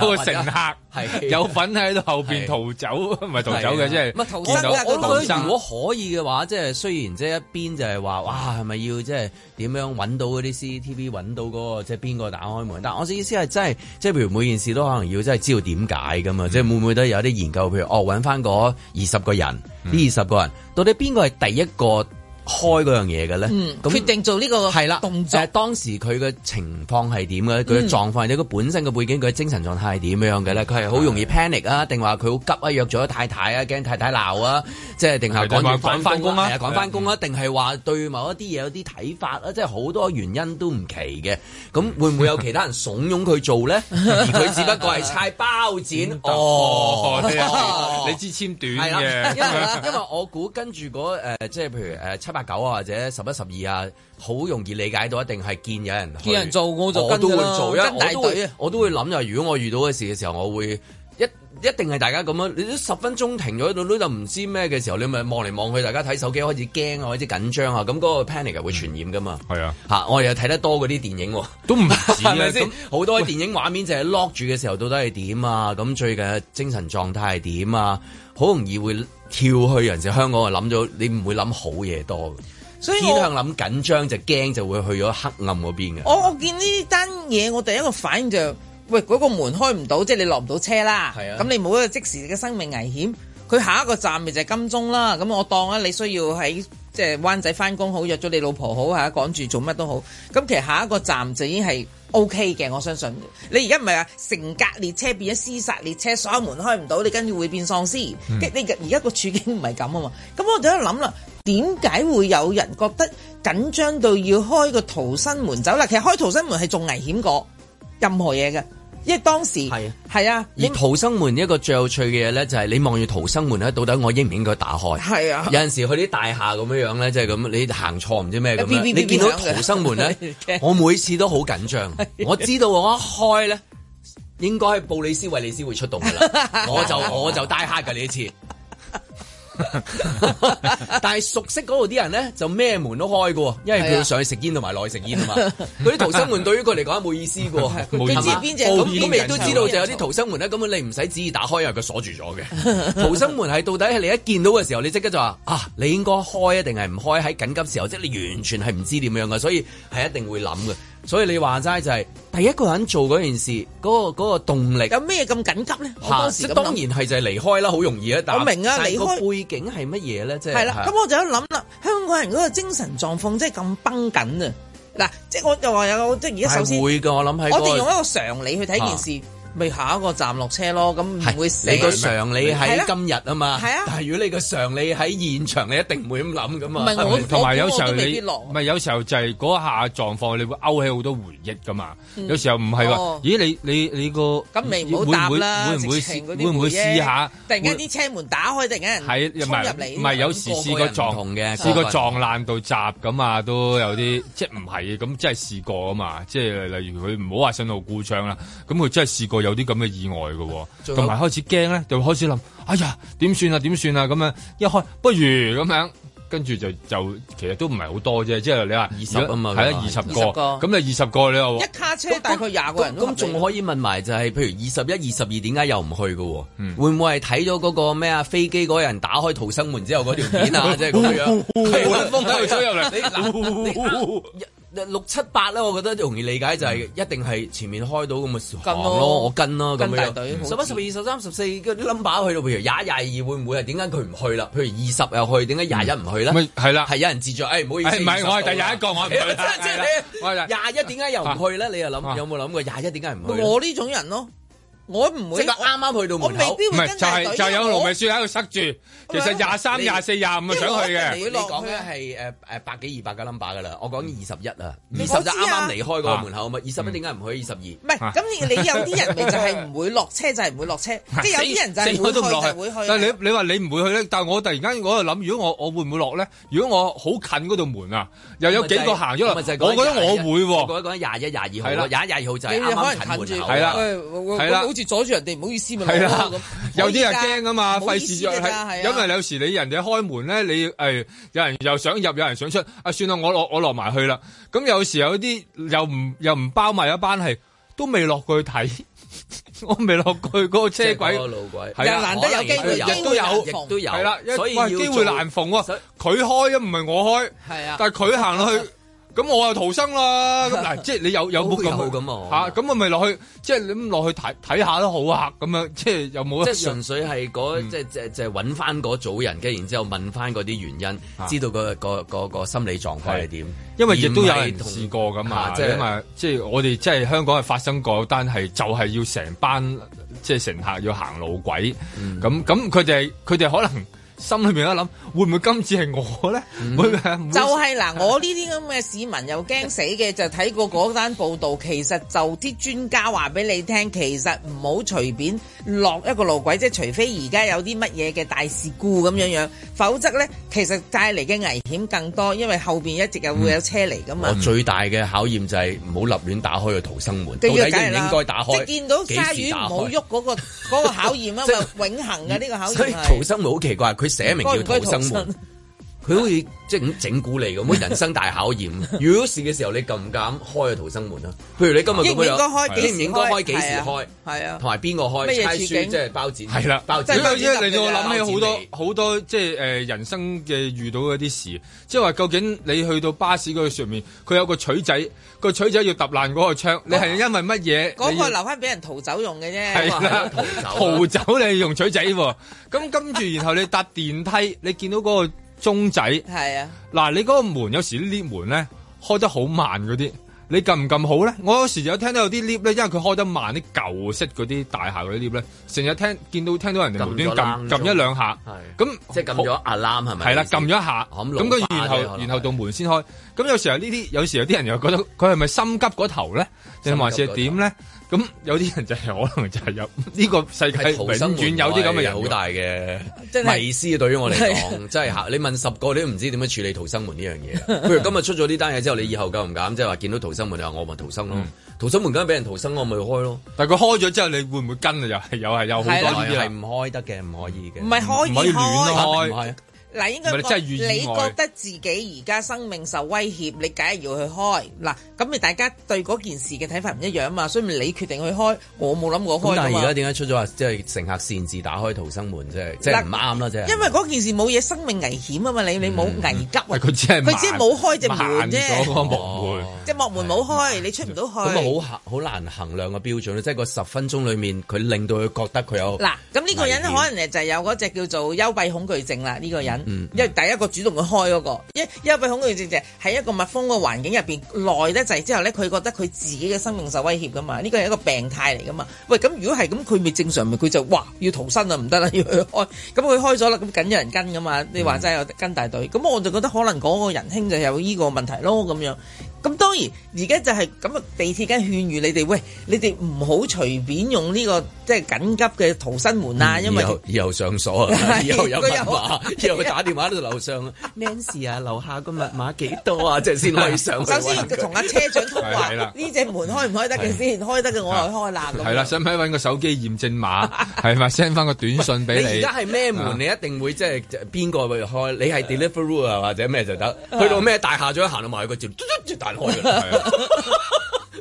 嗰個
或者
乘客
係
有份喺度後邊
係
逃走，唔係逃走嘅，即係
唔係逃
見
生
到
啊！我
逃
覺得
生
如果可以嘅話，即係雖然即係一邊就係話，哇，係咪要即係點樣揾到嗰啲 CCTV 揾到嗰、個即係邊個打開門？但我意思係真係，即係譬如每件事都可能要真係知道點解㗎
嗯
嘛，即係會唔會都有
嗯
啲研究？譬如哦，揾翻嗰二十個人，呢二十個人到底邊個係第一個？開嗰樣嘢嘅咧？
嗯，
咁
決定做呢個
係啦，
動作嗯
誒當時佢嘅情況係點嘅咧？佢嘅狀況係點？佢本身嘅背景，佢嘅精神狀態係點樣嘅咧？佢係好容易 panic 啊，定話佢好急啊，約咗太太啊，驚太太鬧啊，即係定係
係定話
趕
趕返工啊
係趕翻工啊，定係話對某一啲嘢有啲睇法啊？即係好多原因都唔奇嘅。咁會唔會有其他人慫恿佢做咧？而佢只不過係 猜包剪哦
哦，。你你支簽
係
短
啦， 因為因為
嘅，
我估跟住嗰誒，即係譬如誒七八九啊，或者十一十二啊，好容易理解到一定係見有人去
見人做我就
我
跟
都
㗎
會
啦
做，因為
跟大
我都
隊
會
啊
我都會諗就係如果我遇到嘅事嘅時候，我會一。一定係大家咁樣，你都十分鐘停咗喺度，都就唔知咩嘅時候，你咪望嚟望去，大家睇手機開始驚啊，開始緊張啊，咁嗰個 panic 係會傳染噶嘛。
係啊，
嚇！我哋又睇得多嗰啲電影喎，
都唔止啊
係咪先
咁？
好多電影畫面就係 lock 住嘅時候，到底係點啊？咁最近嘅精神狀態係點啊？好容易會跳去人哋香港啊，諗咗你唔會諗好嘢多嘅，
所以
偏
我
向諗緊張就驚就會去咗黑暗嗰邊嘅。
我我見呢單嘢，我第一個反應就係喂嗰、個門開唔到，即係你落唔到車啦。
係啊
咁你冇一個即時嘅生命危險。佢下一個站咪就係金鐘啦。咁我當啊，你需要喺即係灣仔翻工好，約咗你老婆好嚇，趕住做乜都好。咁其實下一個站就已經係 O K 嘅，我相信。你而家唔係話成格列車變咗屍殺列車，所有門開唔到，你跟住會變喪屍。
嗯
跟你而家個處境唔係咁啊嘛。咁我就喺度諗啦，點解會有人覺得緊張到要開個逃生門走啦？其實開逃生門係仲危險過任何嘢嘅，因為當時係啊，係啊，
而逃生門一個最有趣嘅嘢咧，就係你望住逃生門咧，到底我應唔應該打開？
係啊
有陣時去啲大廈咁樣樣咧，即係咁，你行錯唔知咩咁
嗶嗶
樣，
嗶
你見到
嗶嗶
逃生 門咧
驚，
我每次都好緊張，我知道我一開咧，應該係布里斯維利斯會出動㗎 啦，我就我就帶黑㗎呢次。 但係熟悉嗰度啲人咧，就咩門都開嘅喎，因為佢要上去食煙同埋內食煙 啊嘛。嗰啲逃生門對於佢嚟講冇意思嘅 喎，
冇意思
係嘛
邊隻
咁啊
邊隻
咁亦都知道就有啲逃生門咧，根本你唔使旨意打開，因啊為佢鎖住咗嘅。 逃生門係到底係你一見到嘅時候，你即刻就話啊，你應該開啊定係唔開？喺緊急時候，即係你完全係唔知點樣嘅，所以係一定會諗嘅。所以你話齋就係、第一個人做嗰件事，嗰、個嗰、個動力
有咩咁緊急咧？我
嚇，
當
即
時
係
咁
當然
諗
係就係離開啦，好容易啊！但
我明啊
但係
離
個
開
背景係乜嘢咧？即係
係啦，咁我就喺度諗啦，香港人嗰個精神狀況真係咁繃緊啊！嗱，即係我就話有，即係而家首先
係會嘅我諗喺嗰個
我哋用一個常理去睇件事，咪下一個站落車咯，咁唔會死。
你個常理
係啦
喺今日啊嘛，
係啊
但係如果你個常理喺現場，你一定唔會咁諗噶嘛。
唔係
係
我
咪
同埋有時
我
候
都未
你
必落
唔係有時候就係嗰下狀況，你會勾起好多回憶噶嘛。
嗯
有時候唔係話
哦，
咦你你你個
咁你唔好答啦，
會唔會會唔會
直情
試
嗰
會
啲
唔會
回憶
試下？
突然間啲車門打開，
嗯
突然間
係
人
唔
衝入嚟，
係唔係有時試過撞
個個人唔同嘅
試過
個個人唔同
撞爛到閘咁啊，都有啲即係唔係咁，真係試過啊嘛！即係例如佢唔好話信號故障啦，咁佢真係試過有啲咁嘅意外嘅喎，
仲有
同埋開始驚咧，就開始諗，哎呀點算啊點算啊咁樣，一開不如咁樣。跟住就就其實都唔係好多啫，即係你話二
20啊嘛
係啦
佢話
二十個，
20個
咁你二十個你又
一卡車大概廿個人都
咁仲可以問埋就係、譬如二十一、二十二點解又唔去嘅喎？
嗯
會唔會係睇咗嗰個咩啊飛機嗰人打開逃生門之後嗰條片 啊？即係咁樣，係啊
風喺度吹入嚟
你嗱你啱一六七八咧，我覺得容易理解就係一定係前面開到咁嘅時候
跟
行
咯
咯，我嗯跟咯咁
跟大
樣嗯
隊。好似
十一、十二、十三、十四嗰啲 number 去到，譬如廿一、廿二會唔會係點解佢唔去啦？譬如二十又去，點解廿一唔去咧？
咪係啦
係有人自作，誒唔好意
哎
思，
唔係
20
我係
到啦
第廿一個啊我唔去啦
係啊 即係
係啦
你
我係
廿一點解又唔去咧？你又諗有冇諗過廿一點解唔去啊咧？
我呢種人咯，我唔會
即係啱啱去到門口
我未必
唔
會
係
跟
就
大隊
係就係有
因為
盧
我
美雪喺度塞住，其實廿三、
你
廿四、廿五啊想去嘅。
你講嘅係誒誒百幾二百嘅 number 㗎啦，我講二十一啊，二
你
十
我
就
知啊
啱啱離開嗰個門口啊嘛，二十一點解唔去二十二？
唔係，
啊
咁你你有啲人咪就係唔會落車，就係唔會 落車， 即係有啲人就
啊
係
死
會
我都
去，就
唔落
係啊
去。
會去。
但係你你話你唔會去咧，但係我突然間我喺度諗，如果我我會唔會落咧？如果我好近嗰度門啊，又有幾個行咗落，
咪
我
就係
覺
嗰
得
個
我
21
會
我
喎。
講廿一廿二
係
號
啦
咯，廿一廿二號就係
你
啱
可
啱
能
近
近
門
住，
口
係啦
啊
喂喂喂
係啦
好似阻住人哋，唔好意思咪
係啦
攞咯咁。
有啲人
可以㗎
驚啊嘛，
唔好意
費
思
事咗，
㗎咋
係
係啊
因為有時你人哋開門咧，你誒有人又想入，有人想出，啊算啦，我落我落埋去啦。咁有時有啲又唔又唔包埋一班係都未落過去睇， 我未落過去嗰個車
即係嗰個
軌。
路軌，
係啊
又難得有機會
可能亦
機
都
會難
有，
逢
亦都有，
係啦，因為
所以
哇
要
機
做
會難逢喎
所以，
佢開啊，唔係我開。
係啊，
但係佢行落去，咁我又逃生啦。咁嗱，即係你有有冇咁
好有咁啊
嚇？咁我咪落去，即係你咁落去睇睇下都好啊。咁樣即係有冇
即係純粹係嗰即係即係即係揾翻嗰組人，跟住然之後問翻嗰啲原因，知道個個個個心理狀況係點。
因為亦都有
而唔係
人
同
試過噶嘛，
啊
即
即係
係嘛，即係我哋即係香港係發生過單係就係要成班即係乘客要行路軌，咁咁佢哋佢哋可能心裏面一諗，會唔會今次係我咧？會唔會 啊係
就係嗱，我呢啲咁嘅市民又驚死嘅，就睇過嗰單報道，其實就啲專家話俾你聽，其實唔好隨便落一個路軌，即係除非而家有啲乜嘢嘅大事故咁樣樣，否則呢，其實帶嚟嘅危險更多，因為後邊一直又會有車嚟噶
我
嘛。
啊最大嘅考驗就係唔好立亂打開個逃生門，到
梗
底
要
應
梗係
唔
啦
應該打開？
即係見到
幾
鯊
時
魚
打
唔
開
好喐嗰個嗰個考驗啊，嘛，永恆嘅呢個考驗
所以
係
逃生門好奇怪，佢寫明叫
唔該唔該
逃生門
逃生，
佢好似即係咁整蠱你咁，好似人生大考 驗。如果試嘅時候，你敢唔敢開個逃生門啊？譬如你今日咁
應唔應該
樣
開？，
你唔應該開幾時
係
開
啊？係啊，
同埋邊個開？
咩嘢
猜
處
書
境
即係包剪，
係啦，
包剪
因為因為令到我
包
諗
剪
起好多
你
好多即係誒、呃人生嘅遇到嗰啲事，即係話究竟你去到巴士嗰個上面，佢有個錘仔，個錘仔要揼爛嗰個窗，你係因為乜 嘢？
嗰
你
個
要
留翻俾人逃走用嘅啫。
係啦，
啊
逃走你用錘仔喎，咁跟住然後你搭電梯，你見到嗰個鐘 仔，
係啊，
嗱你嗰個門有時啲 lift 門咧開得好慢嗰啲，你撳唔撳好咧？我有時有聽到有啲 lift 咧，因為佢開得慢啲舊式嗰啲大廈嗰啲 lift 咧，成日聽見到聽到人哋無端端撳撳一兩下，咁
即係撳咗 alarm 係咪？哦
係啦，撳咗一下，
咁
咁跟住然
老花啫可
後
能
然後道門先開。咁有時候呢啲，有時有啲人又覺得佢係咪心急嗰頭咧，定還是係點咧？咁有啲人就係可能就係有呢個世界
係
永
逃生
遠
門
有啲咁嘅
係
人㗎
好大嘅
真係
迷思，對於我嚟
係
講，真係嚇你問十個你都唔知點樣處理逃生門呢樣 嘢。譬如今日出咗呢單嘢之後，你以後夠唔夠膽？即係話見到逃生門你話我咪逃生咯，逃生門梗係俾人逃生，我咪開咯。
嗯但係佢開咗之後，你會唔會跟啊？又係又係有好 多呢啲
係
人
唔開得嘅，唔可以嘅。
唔係可以
唔可以亂
開
開。
嗱，應該
唔係你
講
真係寓意
你
外
覺得自己而家生命受威脅，你梗係要去開嗱。咁你大家對嗰件事嘅睇法唔一樣啊嘛，所以你決定去開，我冇諗過
咁
開
但
㗎
係而家
嘛。
點解出咗話即係乘客擅自打開逃生門，即係即係唔啱啦，即係。
因為嗰件事冇嘢生命危險啊嘛，你你 冇危急啊，
佢只係
佢只係冇開隻門
慢咗個
啫，
幕門。
隻幕門冇開，你出唔到去。
咁啊，好衡好難衡量嘅標準咧，即係個十分鐘裏面，佢令到佢覺得佢有
嗱，咁呢個人可能就係有嗰只叫做幽閉恐懼症啦。呢、個人，
嗯
因為第一個主動去開嗰、個，因為幽閉恐懼症就係喺一個密封嘅環境入邊耐得滯之後咧，佢覺得佢自己嘅生命受威脅噶嘛，呢個係一個病態嚟噶嘛。喂，咁如果係咁，佢咪正常咪佢就哇要逃生啊，唔得啦，要去開。咁佢開咗啦，咁緊有人跟噶嘛？你話真係有跟大隊，咁、我就覺得可能嗰個仁兄就有呢個問題咯，咁樣。咁當然，而家就係咁啊！地鐵梗係勸喻你哋，喂，你哋唔好隨便用呢、個即係緊急嘅逃生門啊，因為
嗯以後以後上鎖 啊，
係
以後有密
佢有啊
碼，以後打電話到樓上啊，Nancy 啊，樓下個密碼幾多啊，即係先可以 上去
首
玩。
先就同阿車長通話，
係啦
呢隻門開唔開得嘅先，開得嘅我就開啦。咁樣
係啦，使唔使揾個手機驗證碼？係咪 send 翻個短信俾
你而
你啊
家？係咩門？你一定會即係邊個會開？你係 delivery 啊，或者咩就得。去到咩大廈再行到埋去個就嘟嘟嘟彈開㗎啦。
係啊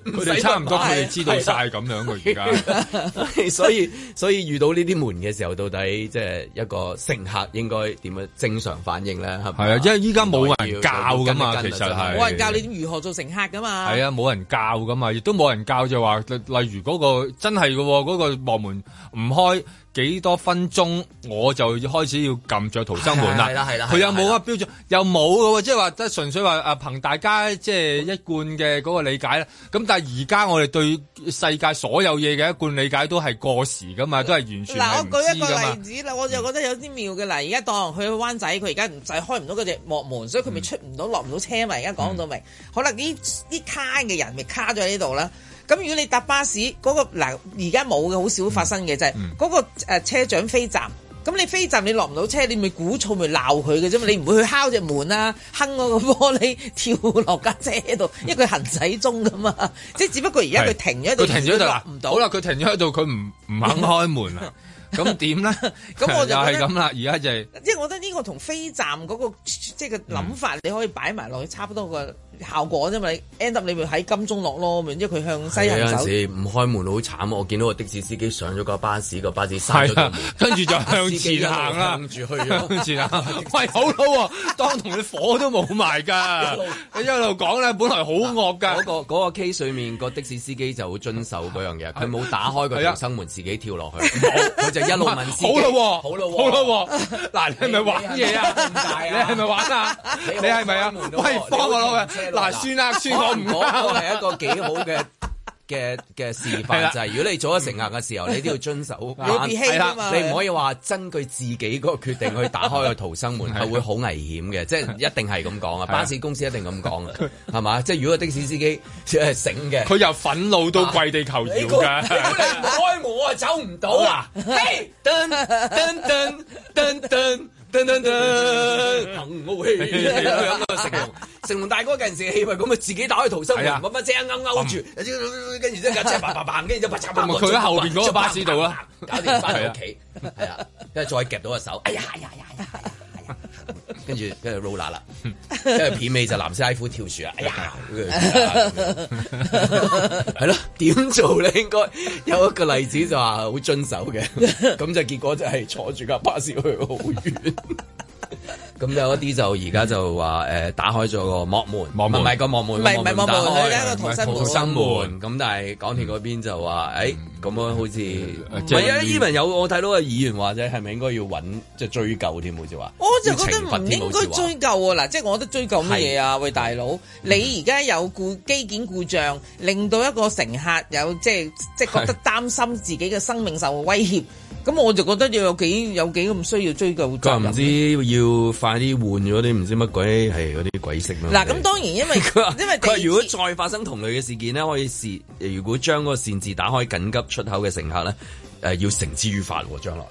唔
佢
使
哋差唔多，
問
佢哋知道晒咁樣嘅而家。
啊 所以所以遇到呢啲門嘅時候，到底即係一個乘客應該點樣正常反應咧？係咪
係啊，因為依家冇人教㗎嘛，
跟
其
一
實
跟啊真係
係
冇人教你點如何做乘客噶嘛。
係啊，冇人教噶嘛，亦都冇人教就話，例例如嗰、個真係嘅喎，嗰、個幕門唔開幾多分鐘，我就開始要撳着逃生門啦。
係啦係啦
佢有冇
係
嗰
啦
個標準？又冇嘅喎，即係話即係純粹話啊，憑大家即係一貫嘅嗰個理解啦。咁但係而家我哋對世界所有嘢嘅一貫理解都係過時噶嘛，都係完全
嗱，
係
我
唔
舉
知
一
噶
個
嘛嗯
例。子啦，我就覺得有啲妙嘅啦。而家當佢去灣仔，佢而家唔就係開唔到嗰隻幕門，所以佢咪出唔到落唔到車嘛。而家
嗯
講到明，可能呢啲卡嘅人咪卡咗喺呢度啦。咁如果你搭巴士嗰、個嗱，而家冇嘅，好少發生嘅就係
嗯
嗰個誒車長飛站。咁你飛站你落唔到車，你咪鼓噪咪鬧佢 嘅啫嘛，你唔會去敲隻門啊，哼嗰個玻璃跳落架 車度，因為佢行駛中噶嘛。即係只不過而家佢停咗喺度，
佢停咗喺度
落
啦
唔，到
好啦，佢停咗喺度，佢唔唔肯開門啦。咁點咧？
咁我就
又係
覺得
咁啦，而家就係
即係我覺得呢個同飛站嗰、個即係個
嗯
諗法，你可以擺埋落去，差不多個效果啫嘛。你 end up 你咪喺金鐘落咯，咁樣即係佢向西
啊有
行
陣
走。
時唔開門好慘，我見到個的士司機上咗個巴士，個巴士閂咗
係
道
啊
門，
跟住就向
司機一路
前行啦
向住去咗
向前行。 喂，好好喎，啊當同你火都冇埋 㗎，你一路講咧，本來好惡㗎。
嗰個嗰個 case 裏面個的士司機就好遵守嗰樣嘢，佢冇打開個逃生門，自己跳 落去，佢就一路問司機
啊好啦喎，
好啦
好
喎，
啦 喎，嗱，你係咪玩嘢啊？ 你係咪玩啊？你係咪啊？喂，幫我攞嘅，嗱，算啦，算我唔啊
嗰個
啱
係一個幾好 嘅。嘅嘅示
係啦
範就係，如果你做咗乘客嘅時候，你都要遵守
你要 behave 啊嘛
你唔可以話根據自己嗰個決定去打開個逃生 門，係會好危險嘅，即係一定係咁講啊！巴士公司一定咁講啊， 係嘛？即係如果的士司機係醒嘅，
佢由憤怒到跪地求
你
饒
個
㗎。
你唔開我啊，走唔到啊！嘿，噔噔噔噔噔。噔 噔噔，行我氣咁樣啊！成龍，成龍大哥近時氣氛咁啊，自己打開逃生門，
係啊
乜乜遮勾勾住，跟住即架車叭叭叭，跟啊住就啪嚓啪
咪啊佢喺後邊嗰個巴士度啊，
搞掂翻屋企，係啊，跟住再夾到個手，哎呀哎呀哎呀哎呀哎呀哎呀，跟住跟住 roll 啦，跟住片尾就藍色拉夫跳樹啊，哎呀，跟住係咯，點做咧？應該有一個例子就話好遵守嘅，咁就結果就係坐住架巴士去好遠。咁有一啲就而家就話誒打開咗個幕門，
幕門
唔係個幕門，
唔係唔係幕門
打開
佢係一個逃生門
逃生門。咁但係港鐵嗰邊就話誒咁樣好似唔
即係
係啊！even 有我睇到個議員話啫，係咪應該要揾即係追究添？好似話
我就覺得
要懲罰
唔
添
應
好似
該
話
追究喎，嗱，即係我覺得追究乜嘢啊？喂，大
嗯
佬，你而家有故機件故障，令到一個乘客有即係即係覺得擔心自己嘅生命受威脅，咁我就覺得要有幾有幾咁需要追究
佢話
責
啊唔
任。
知要快啲換咗啲唔知乜鬼係嗰啲鬼色咯。
嗱，咁當 然因為因為
佢話
地
如果
鐵
再發生同類嘅事件呢，可以是如果將嗰個擅自打開緊急出口嘅乘客呢，誒、要繩之於法喎，將來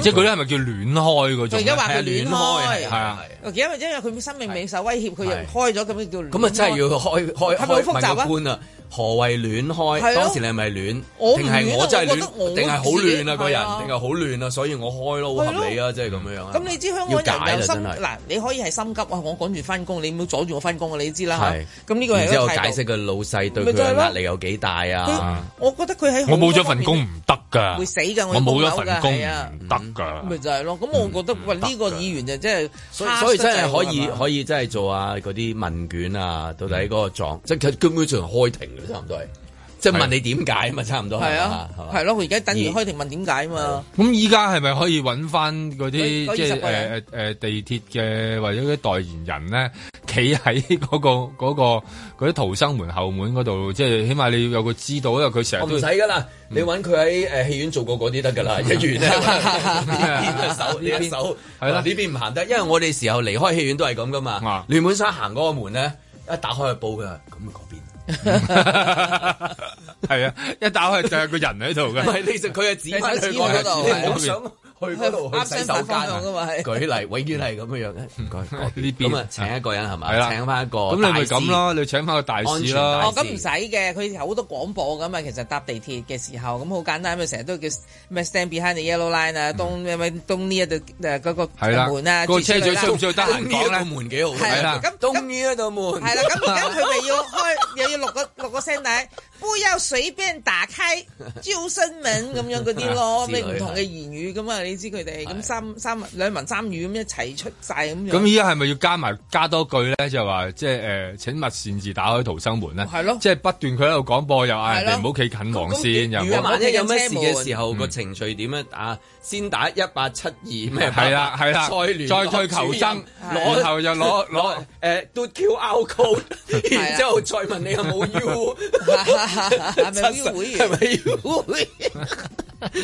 即係嗰啲係咪叫亂開嗰種
佢
呢？
而家話佢
係
亂
啊
開
係啊係啊
因為因為佢生命未受威脅，佢又
係
開咗咁就叫亂
咁啊真係要
開
開開
係咪好
開
複
問
雜
個
啊
官啊，何謂亂開？
係咯
當時你係咪亂？
我唔
定係我真係
亂啊我覺得我
亂？定係好亂啊？個人
自己係啊
定係好亂啊？所以我開咯，好合理啊，即係咁樣啊。
咁你知香港人有心
要解啦真係
嗱，你可以係心急啊！我趕住翻工，你唔好阻住我翻工啊！你知啦
係
嚇咁呢個係
然
一
之後
個
解
態
釋
度。
個老細對
咪
佢
就係
嘅
咯
壓力有幾大啊？
我覺得佢喺
我冇
好多
咗
方
份
面
工唔得㗎，
會死㗎我
我冇咗
供樓
份
㗎
工
係啊
唔得
嗯
㗎。
咪就係咯。咁我覺得喂呢個議員就真係
所以所以真
啊
係可以
以
可以真係做啊嗰啲問卷啊，到底
嗯
嗰個狀，即係佢根本上開庭嘅差唔多係，即係問你點解嘛，差唔多
係
係
啊
嘛，係嘛
係咯。佢而家等於開庭問點解嘛？
咁依家係咪可以揾翻嗰
嗰
啲
嗰
即
20
係
個
誒
人
誒誒地鐵嘅或者啲代言人咧，企喺嗰個 嗰、個嗰啲逃生門後門嗰度，即係起碼你要有個知道，因為佢成
我
日
唔
都嗯
使噶啦，你揾佢喺誒戲院做過嗰啲得 噶啦，一院咧呢邊手呢一手啊
係啦
呢邊唔行得，因為我哋時候離開戲院都係咁噶嘛
啊。
聯本山行嗰個門咧，一打開就報噶，咁嗰邊。
係啊，一打開就有個人喺度啊
唔
嘅。
係，你就佢係指翻
係
去
指
嗰
嗰
度，
度
你唔好想去 嗰度去洗手間啊
啱相反方向㗎嘛係
舉例，永遠係咁樣樣嘅。唔該，
嗯呢邊
咁啊，請一個人係嘛？
係啦
請翻一個
咁你咪
大師
咁。咯，你請翻個大
安
使
全
啦
大。
哦，咁唔使嘅，佢有好多廣播噶嘛。其實搭地鐵嘅時候，咁好簡單，咪成日都叫咩 stand behind the yellow line 啊，don't 咩咩 don't near the 誒嗰個
係啦
門啊，
個
諸如此
車
類
嘴
啦
需唔需要得
東
閒
呢
講
一個
咧？
門幾好，
係
啦
咁
東呢一道門
係啦，咁 而家佢咪要開，又要錄個錄個聲帶，不要隨便打開招新聞咁樣嗰啲咯，
之
咩
類
唔同嘅言語咁啊，你知佢哋咁三三兩文三語咁一齊出晒咁樣。
咁依家係咪要加埋加多句咧？就話即係誒，請勿擅自打開逃生門咧。
係咯
即係不斷佢喺度廣播，又嗌人
係
哋
咯
唔好企近黃線，又
如
唔
果
好
萬一有啊咩事嘅時候，個程序點樣打？先打一八七二咩？
係 啦係啦
再聯
再去求生
攞
然後 又攞攞
誒嘟 QR code，然之後再問你有冇 U，
係咪 U 會員
係咪 U 會員？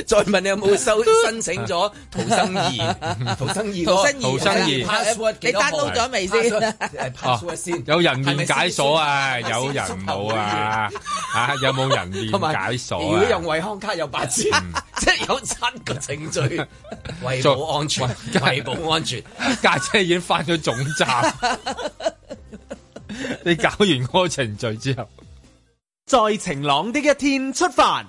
再問你有 冇收申請咗逃生二？逃生二嗰個，
逃生二
逃生二
password
你
幾多號
download 咗未先
password，誒 password 先。
有人面解鎖啊，有人冇啊，嚇有冇人面
同埋
解鎖
如果用
啊？
惠康卡有八千， 即係有七個程序，為
做
保安全，為保安全。
架車已經翻咗總站，你搞完嗰個程序之後，
在晴朗的一天出發。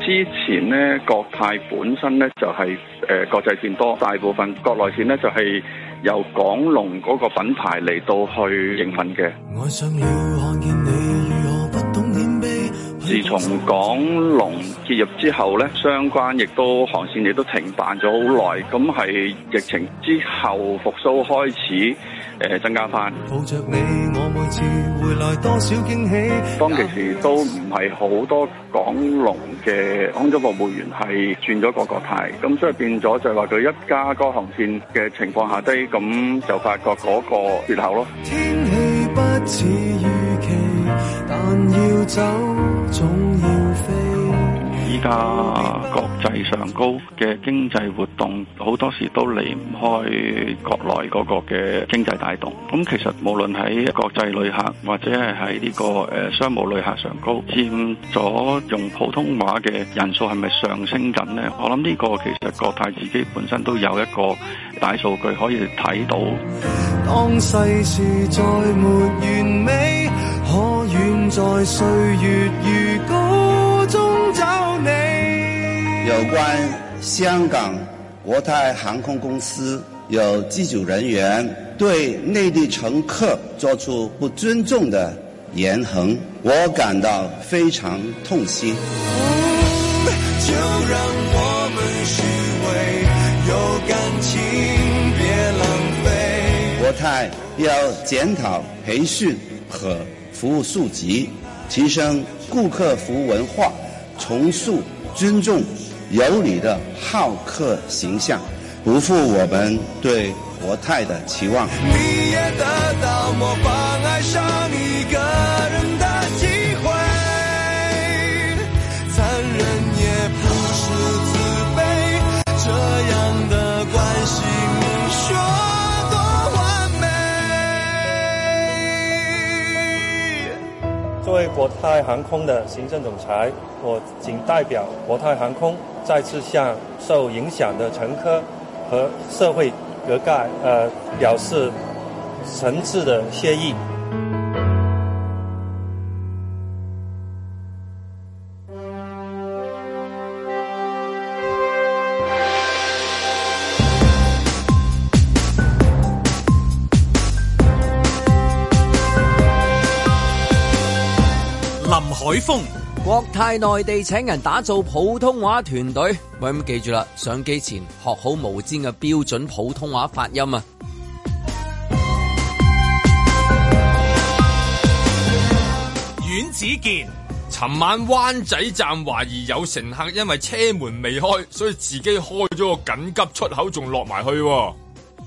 前之前呢，國泰本身呢就係、誒、國際線多，大部分國內線呢就係、由港龍嗰個品牌嚟到去營運嘅。
愛上了，看見你如何不懂謙卑。
自從港龍結業之後呢，相關亦都航線亦都停辦咗好耐，咁係疫情之後復甦開始誒、呃增加翻。
抱着你，我每次回來多少驚喜。
當其時都唔係好多港龍嘅空中服務員係轉咗個國泰，咁所以變咗就係話佢一家嗰航線嘅情況下低，咁就發覺嗰個缺口咯。
天氣不似預期，但要走總要飛。
依家國際上高嘅經濟活動，好多時都離唔開國內嗰個嘅經濟帶動。咁其實無論喺國際旅客或者係喺呢個誒商務旅客上高，佔咗用普通話嘅人數係咪上升緊呢？我諗呢個其實國泰自己本身都有一個大數據可以睇到。
當世事再沒完美，可願在歲月如歌中找你。
有關香港國泰航空公司有機組人員對內地乘客做出不尊重的言行，我感到非常痛心。
就讓我們虛偽，有感情別浪費。
國泰要檢討培訓和服務素質，提升顧客服務文化，重塑尊重有禮的好客形象，不負我們對國泰的期望。
你也得到模仿愛上一個人的機會，殘忍也不是慈悲，這樣的關係你說多完美？
作为国泰航空的行政总裁，我谨代表国泰航空再次向受影响的乘客和社会各界呃表示诚挚的谢意。
林海峰，國泰內地請人打造普通話團隊，喂咁記住啦，上機前學好無尖嘅標準普通話發音啊！
阮子健，尋晚灣仔站懷疑有乘客因為車門未開，所以自己開咗個緊急出口，仲落埋去喎。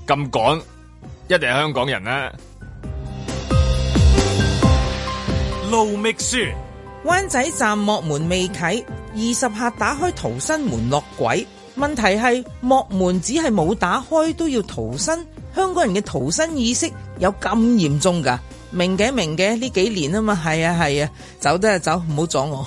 咁趕，一定係香港人啦。
路觅雪，
灣仔站幕門未啟，二十客打開逃生門落軌。問題係幕門只係冇打開都要逃生，香港人嘅逃生意識有咁嚴重㗎？明嘅明嘅，呢幾年啊嘛，係啊係啊，走得就走，唔好阻我。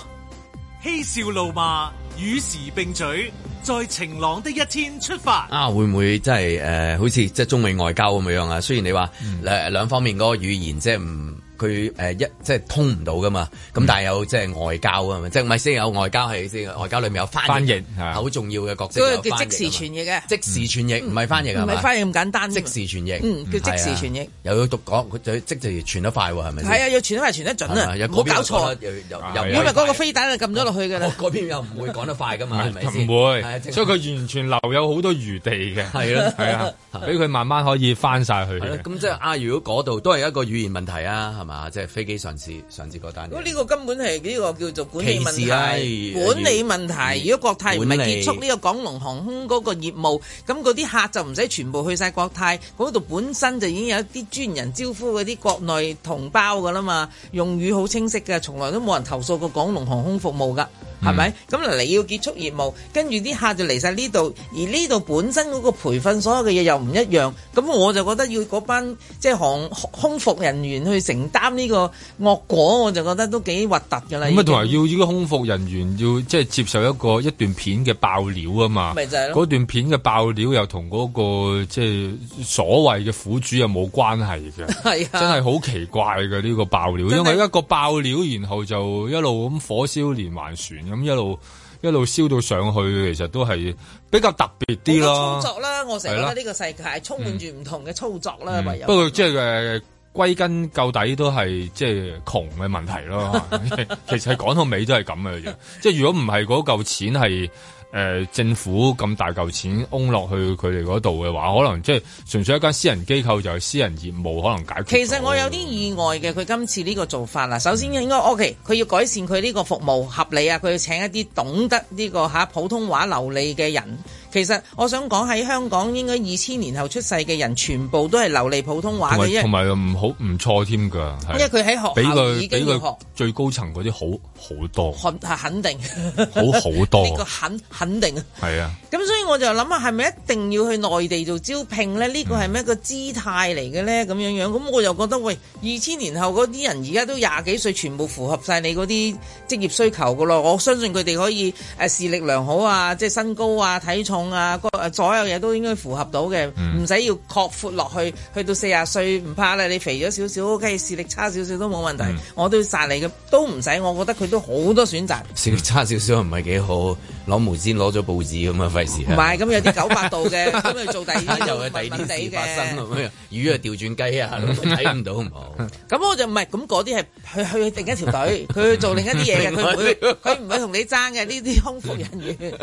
嬉笑怒罵，與時並舉，在晴朗的一天出發。
啊，會唔會真係誒、呃好似即係中美外交咁樣啊？雖然你話兩兩方面嗰個語言即係唔。佢誒一即係通唔到噶嘛，咁但係有即係外交啊嘛，即係唔係先有外交係先，外交裏面有翻啊
翻譯係
好重要嘅角色，
嗰
有
個叫
翻譯嗯啊
即時傳譯嘅，嗯
即時傳譯唔係翻譯啊
唔
嘛，
係翻譯咁簡單啫嘛。
即時傳譯，
嗯叫即時傳譯
係啊，又要讀講佢就即時傳得快喎，係咪先？
係啊，要傳得快傳得準
係咪
啊，
有
唔好
嗰邊
搞
又
錯啊
講。得又又
因
又
為嗰個飛彈就撳咗落去㗎啦。
哦嗰邊又唔會講得快㗎嘛，係咪
唔
先？係啊
會，
即
所以佢完全留有好多餘地嘅。
係咯
係啊，俾佢慢慢可以翻晒去
係咯
嘅。
咁即係啊，如果嗰度都係一個語言問題啊，係嘛？即係飛機上次上次嗰單嘢
咁呢個根本係呢個叫做管理問
歧
題，
視啊
管理問題。如果國泰唔係
管理
結束呢個港龍航空嗰個業務，咁嗰啲客就唔使全部去晒國泰，嗰度本身就已經有啲專人招呼嗰啲國內同胞噶啦嘛，用語好清晰嘅，從來都冇人投訴過港龍航空服務噶。
嗯
係咪？咁嗱，你要結束業務，跟住啲客就嚟晒呢度，而呢度本身嗰個培訓所有嘅嘢又唔一樣，咁我就覺得要嗰班即係航空服人員去承擔呢個惡果，我就覺得都幾核突㗎啦。
咁啊，同埋
已經
要呢個空服人員要即係接受一個一段片嘅爆料啊嘛，
咪就係咯
嗰段片嘅爆料又同嗰、個即係所謂嘅苦主又冇關係 嘅，
係啊
真係好奇怪嘅呢、個爆料，
真係
因為一個爆料，然後就一路咁火燒連環船咁一路一路燒到上去，其實都係比較特別啲
好多
咯。
操作啦，我成日
係
覺得
啦
呢個世界充滿住唔同嘅操作啦，唯有。
嗯不過即係誒，歸根究底都係即係窮嘅問題咯。 其實講到尾都係咁嘅啫。即係如果唔係嗰嚿錢係誒、呃政府咁大嚿錢翁落去佢哋嗰度嘅話，可能即係純粹一間私人機構就係私人業務可能解決。
其實我有啲意外嘅，佢今次呢個做法啦。首先應該 OK，佢要改善佢呢個服務合理啊，佢要請一啲懂得呢、個嚇、普通話流利嘅人。其實我想講喺香港應該二千年後出世嘅人，全部都係流利普通話
同
嘅，
埋
因
同
為
埋唔好唔錯添㗎，係
因為佢喺學校
俾佢
已經要
俾佢
學
最高層嗰啲好好多，好
肯肯定，
好多
呢，個肯肯定。
係啊。
咁所以我就諗下，係咪一定要去內地做招聘咧？呢個係咩個姿態嚟嘅咧？咁樣樣，咁我又覺得喂，二千年後嗰啲人而家都廿幾歲，全部符合晒你嗰啲職業需求噶咯。我相信佢哋可以誒、呃視力良好啊，即係身高啊、體重啊，個呃所有嘢都應該符合到嘅，唔使、要擴闊落去，去到四十歲唔怕啦，你肥咗少少 OK，視力差少少都冇問題，我都要殺你嘅，都唔使。我覺得佢都好多選擇。
少差少少唔係幾好，攞毛氈攞咗報紙咁啊，費事
唔
啊。
係，咁有啲九百度嘅，咁佢做第二啲
又係
第
第二啲事
嘅
發生咁樣，魚啊調轉 雞啊，咁睇唔到唔好。
嗯
咁我就唔係，咁嗰啲係佢去另一條隊，佢去做另一啲嘢嘅，佢唔會佢唔會同你爭嘅呢啲空服人員，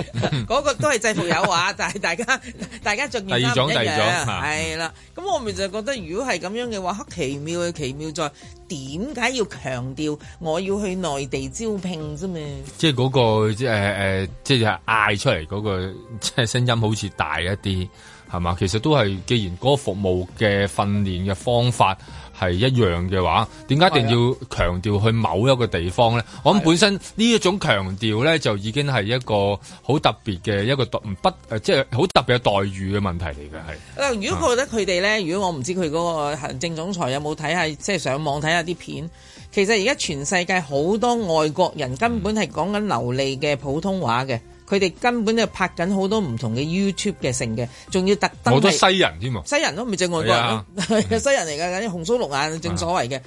嗰個都係制服有話，但係 大家大家着面
第二
衫
種
唔一
第二
樣，
種啊
係啦。咁我咪就覺得，如果係咁樣嘅話，黑奇妙嘅奇妙在點解要強調我要去內地招聘啫嘛？
即係嗰、個即係誒誒，即係嗌出嚟嗰、個 即係聲音好似大一啲，係嘛？其實都係，既然嗰個服務嘅訓練嘅方法係一樣嘅話，點解一定
啊
要強調去某一個地方咧？我諗本身呢一種強調咧，就已經係一個好特別嘅一個特唔不誒，即係好特別嘅待遇嘅問題嚟嘅係。
嗱，啊如
啊
果覺得佢哋咧，如果我唔知佢嗰個行政總裁有冇睇下，即係上網睇下啲片。其實而家全世界好多外國人根本係講緊流利嘅普通話嘅，佢哋根本就拍緊好多唔同嘅 YouTube 嘅成嘅，仲要特登
好多
係
西人添喎，啊
西人咯，咪就係外國人咯，係啊 西人嚟㗎，紅鬚綠眼正所謂嘅。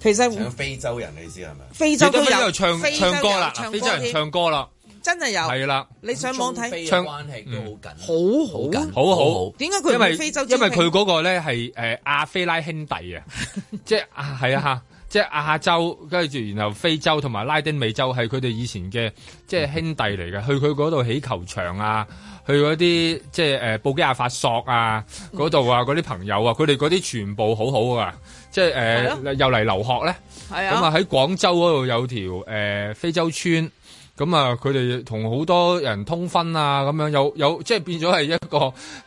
其實
非洲人你知係咪？
非洲都
啊亦都
有
有唱
非洲
唱歌啦
有，
非洲人
添
唱歌啦，
真係有，
係啦。
你上網
非
睇
嘅關係都好緊。
好好緊
好啊好，
點解佢唔
因為
去非洲招
因為
聘
佢嗰個咧係誒亞非拉兄弟 啊，即係啊係啊嚇，即係亞洲跟住然後非洲同埋拉丁美洲係佢哋以前嘅即係兄弟嚟嘅，去佢嗰度起球場啊。去嗰啲即係誒布基亞法索啊，嗰度啊，嗰啲朋友啊，佢哋嗰啲全部好好啊，即係誒、
係咯
又嚟留學咧，
哎
係
咁啊
啊，
喺廣州嗰度有條誒、呃非洲村，咁啊佢哋同好多人通婚啊，咁樣有有即係變咗係一個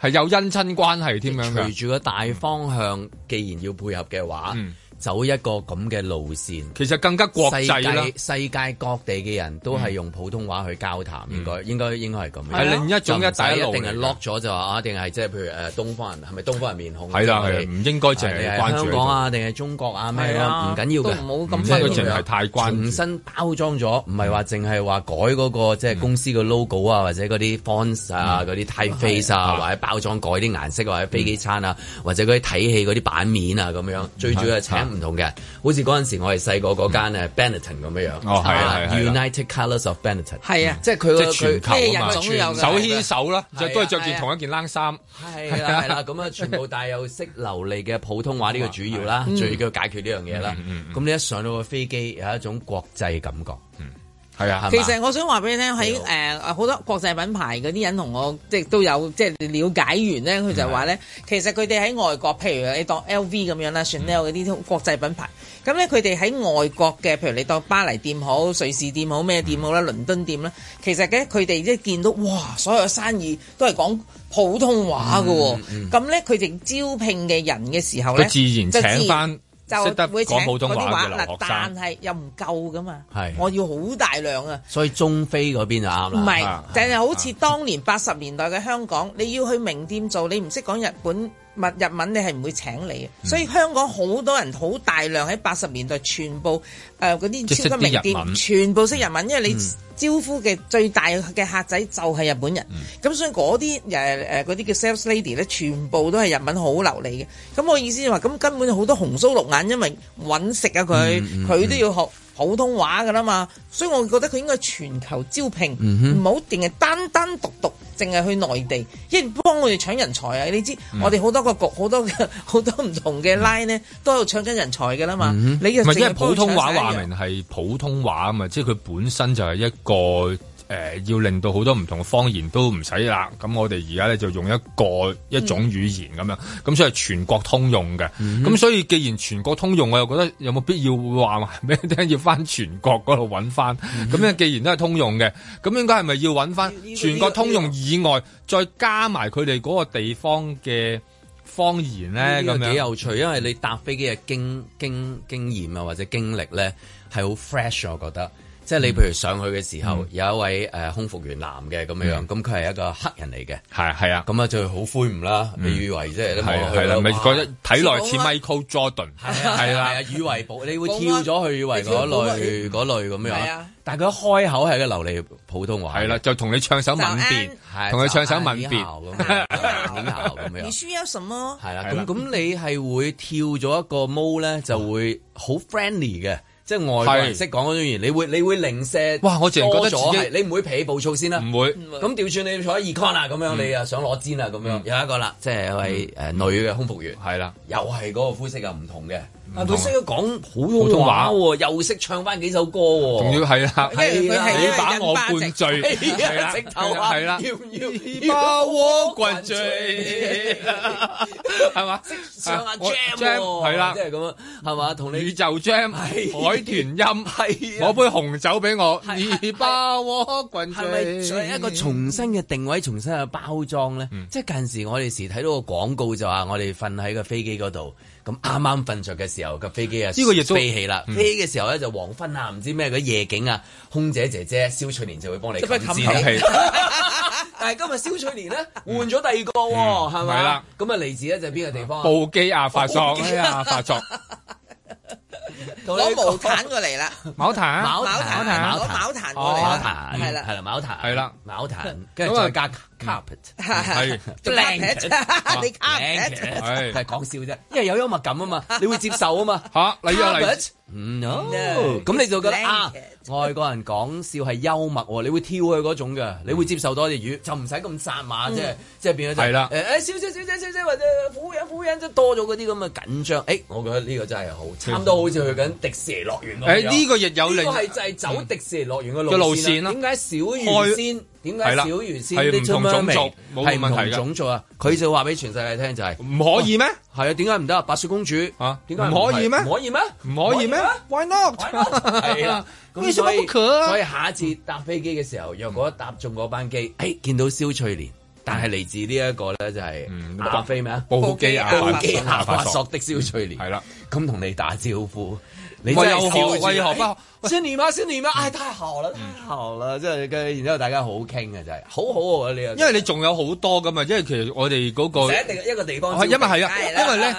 係有姻親關係添樣
隨
嘅。
住個大方向，既然要配合嘅話，走一個咁嘅路線，
嗯其實更加國際啦
世界世界各地嘅人都係用普通話去交談，應該應該應該係咁樣。
嗯係另一種
就唔
一帶
使
一路
定係
嚟嘅
lock 咗就話啊，定係即係譬如誒東方人係咪東方人面孔？
係啦
即
係啦唔應該淨係
你
關注
香港啊，定係中國啊咩
係
啊？
啊
唔緊要嘅，
都唔好咁
即係
分佢淨係太關注
重新包裝咗，唔係話淨係話改嗰個即係公司嘅 logo 啊，或者嗰啲 font 啊、嗰啲 typeface 啊，或者包裝改啲顏色，或者飛機餐啊，或者嗰啲睇戲嗰啲版面啊咁樣。最主要係請唔同嘅人，好似嗰陣時我哋細個嗰間誒 Benetton 咁樣樣。
哦係啊係啊係啊
United Colors of Benetton。
係啊，
即係佢個
即係全球啊嘛，
佢咩人種都有㗎
手牽手啦，
係
就
啊
都係着住同一件冷衫。
係啦係啦，咁啊全部帶有識流利嘅普通話呢個主要啦，
嗯
最緊要解決呢樣嘢啦。咁你一上到個飛機，有一種國際感覺。
係啊
其實我想話俾你聽，喺誒好多國際品牌嗰啲人同我即係都有即係了解完咧，佢就
嗯
話咧，其實佢哋喺外國，譬如你當 LV 咁樣啦、Chanel 嗰啲國際品牌，咁咧佢哋喺外國嘅，譬如你當巴黎店好、瑞士店好、咩店好
嗯
啦、倫敦店啦，其實咧佢哋即係見到哇，所有生意都係講普通話嘅喎，咁咧佢哋招聘嘅人嘅時候
嗯
咧，
佢自然
就
請返
就
識得
會請
講普通
嗰啲
話嘅留
嗱
學生
但係又唔夠噶嘛，
係
我要好大量啊！
所以中非嗰邊就啱啦。啊
唔係，
啊
就係好似當年八十年代嘅香港，你要去名店做，你唔識講日本物日文，你係唔會請你
嗯
嘅。所以香港好多人好大量喺八十年代全部誒嗰
即係
啲
識
超級名
啲日文嗯
店全部識日文，因為你招呼嘅最大嘅客仔就係日本
嗯
人。咁所以嗰啲誒誒嗰啲叫 sales lady 咧，全部都係日文好流利
嗯
嘅。咁我意思就話，咁根本好多紅鬚綠眼，因為揾食啊佢，佢都要學。普通話㗎啦嘛，所以我覺得佢應該全球招聘，
嗯哼
唔好淨係單單獨獨，淨係去內地，因為幫我哋搶人才啊！你知、
嗯
我哋好多個局，好多嘅 好多唔同嘅 line 咧，都喺度搶緊人才㗎啦啊嘛。
嗯哼
你又
唔係
淨
因為
係幫佢
普通話
搶晒一
話
樣
明係普通話啊嘛，即係佢本身就係一個誒、呃要令到好多唔同嘅方言都唔使啦。咁我哋而家咧就用一個一種語言咁樣，咁、
嗯
所以係全國通用嘅。咁、所以既然全國通用，我又覺得有冇必要話埋俾你聽要翻全國嗰度揾翻？
嗯
咁樣、既然都係通用嘅，咁應該係咪要揾翻全國通用以外，再加埋佢哋嗰個地方嘅方言咧？咁
呢個
樣
幾有趣，因為你搭飛機嘅經經經驗啊，或者經歷咧係好 fresh，我覺得。即係你譬如上去嘅時候，
嗯
有一位誒、呃空服員男嘅咁樣樣，咁佢係一個黑人嚟嘅，
係係啊，
咁啊就好灰唔啦，
嗯
你以為即係你望
係
落去
係啦，咪
哇
覺得睇落似
似保啊安
Michael Jordan，
係
係
啦，
啦
係啊，，以為保你會跳咗去以為嗰類嗰類咁
嗯係
樣
啊，
但係佢一開口係一個流利普通話，
係啦，就同你唱首吻別，同佢唱首吻別，
咁
你
樣。
需要什麼？
係啦，咁咁
嗯
你係會跳咗一個毛咧，就會好 friendly 嘅，即係外國人
係
識講嗰種語言，你會你會零舍
嗯哇我淨係覺得
多咗
自己
係你唔會脾氣暴躁先啦，
唔會嗯
咁調轉你坐喺 econ 啊，咁樣你啊想攞煎啊，咁樣有一個啦，即係一位誒女嘅空服員，
係啦，
又係嗰個膚色又唔同嘅，啊
唔
但
同啊
佢識得講普
普
通
通
話
話
喎，又識唱翻幾首歌喎，
仲要係啊啦，
係啦
你把我灌醉，
係
係
啊
啦，
直頭啊
係啦，
要要
你把我灌 醉，係嘛？
上下
啊我
jam 喎
jam，係啦
即係咁嗯樣，係嘛？同你
宇宙 jam 海豚 音，
啊
攞杯紅酒俾我，你把我灌
係咪所
醉，
以一個重新嘅定位、重新嘅包裝咧？
嗯
即係近時我哋時睇到個廣告就話我哋瞓喺個飛機嗰度，咁啱啱瞓着嘅時候，個飛機啊
呢個亦都
飛起啦，
嗯
飛嘅時候咧就黃昏啊，唔知咩嗰啲夜景啊，空姐姐姐蕭翠蓮就會幫你
即係
冚
冚
墊
被
你但係今日蕭翠蓮咧換咗第二個喎，
嗯
係
係
咪
啦？
咁啊嚟自咧就係邊個地方啊？
布基亞發作，
布基
哎呀發作，
攞毛毯過嚟啦，
毛毯
茅
茅
壇，
毯攞
茅
毛
壇
毯過嚟
茅
啦，
壇
係啦
係啦，茅壇，
係啦
茅壇，跟住
咁啊
再加
嗯
carpet，
係
blanket，啊
你 carpet
哎
係係講笑啫，因為有幽默感啊嘛，你會接受啊嘛，
嚇例如啊例如
carpet，嗯 no，咁你就覺得啊，外國人講笑係幽默喎，你會跳去嗰種嘅，
嗯
你會接受多啲魚，就唔使咁殺馬啫
嗯，
即係變咗就
係啦
誒誒小姐小姐小姐或者苦人苦人，即係多咗嗰啲咁嘅緊張，誒，我覺得呢個真係好，差唔多好似去緊迪士尼樂園咁樣
嗯誒哎呢個亦有
呢
另
個係就係走迪士尼樂園嘅
嘅
路
路線
線啦。
啦
點解小魚仙？點解
係
小
啦
魚仙？
係唔
Little
同種
Mermaid
族冇
係唔
問題㗎
同種族啊！佢就話俾全世界聽就係
唔可以咩？
係啊，點解唔得啊？白雪公主
啊，
點解
唔可以咩
唔可以咩？
唔可以咩？Why not？
係啦，咁
為什
所
麼
以
不可
所以下一次搭飛機嘅時候，若果搭中嗰班
嗯
機，誒見到蕭翠蓮，但係嚟自呢一個咧就
嗯
係亞飛咩啊？
布基亞
布基亞
法
法
索
啊索的蕭翠蓮
係啦，
咁同你打招呼，你
喂
真係
又
笑
何
住
為何不嗯
哎新年嗎？新年嗎？唉，啊哎太好啦，太好啦！即係跟然之後大家好好傾嘅，真係好好啊！你
因為你仲有好多噶嘛，因為其實我哋嗰、個
一定一啊個地方
係
招
因
聘，
為係啊，
梗係啦
因為咧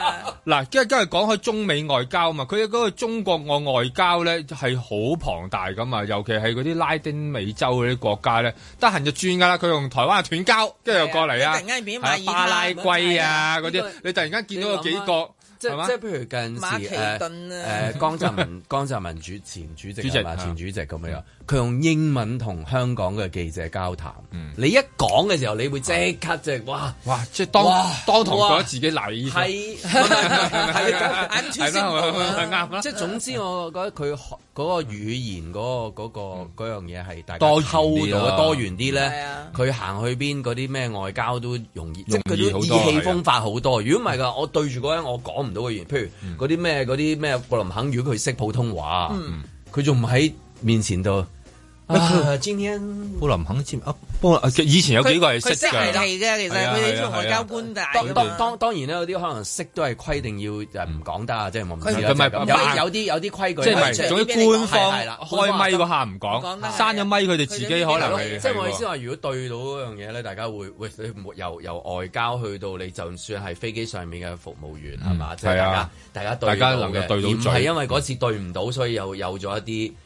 嗱，因為因為講開中美外交嘛，佢嗰個中國外外交咧係好龐大噶嘛，尤其係嗰啲拉丁美洲嗰啲國家咧，得閒就轉噶啦，佢用台灣斷交，跟住又過嚟啊，
突然間變
係啊
馬爾他
巴拉圭啊
咁
嗰
樣係啊
啲，你突然間見到有幾
你諗啊
個
即
係嘛
即係譬如近
馬
時
其
誒
頓啊
誒江澤 民江澤民主前主席
主席
係嘛
啊
前主席咁樣，佢用英文同香港嘅記者交談。
嗯
你一講嘅時候，你會即刻即係哇！
哇！即係當
哇
當堂覺
哇
得自己賴醫生，
係啊
係啦
係
係啦啱啊啦
啊即係總之，我覺得佢學嗰個語言嗰個
嗯
嗰個嗰樣嘢係大家
多元
溝
啲
到
啦
嘅多元啲
係
咧
啊，
佢行去邊嗰啲咩外交都容易，即係佢
容易好
都意
多啊嗯
氣風發好多。如果唔係㗎，我對住嗰人我講唔到嘅語言，譬如嗰啲咩嗰啲咩布林肯，如果佢識普通話，
嗯
佢仲唔喺面前度啊？今天
布林肯簽啊，不過以前有幾個係
佢
識
識
㗎。
係嚟嘅，其實
係啊
佢哋
係
呢度
啊
外交官大
當
㗎
當
嘛。
當當然咧，有啲可能識都係規定要誒唔講得啊，即係我唔知
佢
啦
佢咪
就係咁
扮
有有啲有啲規矩，
即係唔
即
係，總之官方開咪嗰下唔
講
講
得，係
閂咗咪佢哋自己可
可
能
能
係
即係我意思話，如果對到嗰樣嘢咧，大家會喂你冇由由外交去到你，就算係飛機上面嘅服務員係嘛，即係
係
大
啊
家大家對
大家
到
能夠
嘅
對到
而唔係
嘴
因為嗰次對唔到，所以又有咗一啲。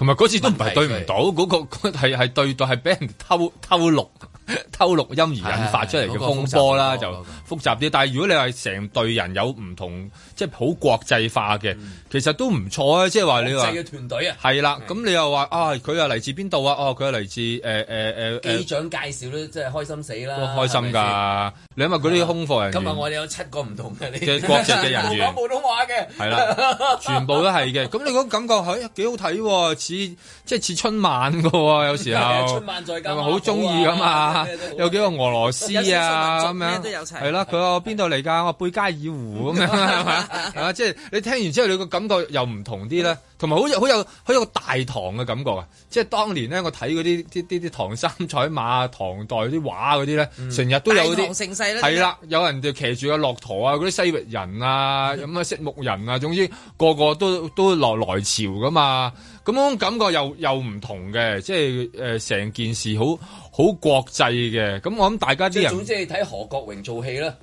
同埋嗰次都唔係對唔到，嗰個係係對到係俾人偷偷錄 偷錄音而引發出嚟嘅風波啦，就複雜啲。但係如果你係成隊人有唔同，即係好國際化嘅，其實都唔錯啊！即係話你話
嗯國際嘅團隊啊
係啦。咁你又話啊，佢又嚟自邊度啊？哦，佢又嚟自誒誒 誒
機長介啊紹咧，真係開心死啦！
都開心㗎。你諗下嗰啲空服人員
今日我哋有七個唔同嘅呢
嘅國籍嘅 人員
講普通話嘅，
係啦， 全部都係 嘅。咁你嗰個感覺係哎幾好睇喎，似即係似春晚嘅喎，有時候
春晚再加啊
係咪好中意噶嘛？有幾個俄羅斯
有
啊
少
咁
數民族咩都有
樣，
齊
係啦，佢話我邊度嚟㗎？我貝加爾湖 咁樣係咪係嘛？即係你聽完之後，你個感覺又唔同啲
嗯
咧，同埋好有好有好有大唐嘅感覺啊！即係當年咧，我睇嗰啲啲啲啲唐三彩馬、唐代啲畫嗰啲咧，
嗯
成日都有
大唐
啲
盛世啦啊
係啦，有人就騎住個駱駝啊，嗰啲西域人啊，咁啊，色目人啊，總之個個都都來來朝噶嘛。咁嗰種感覺又又唔同嘅，即係誒成件事好好國際嘅。咁我諗大家啲
即係總
人
之你睇何國榮做戲啦，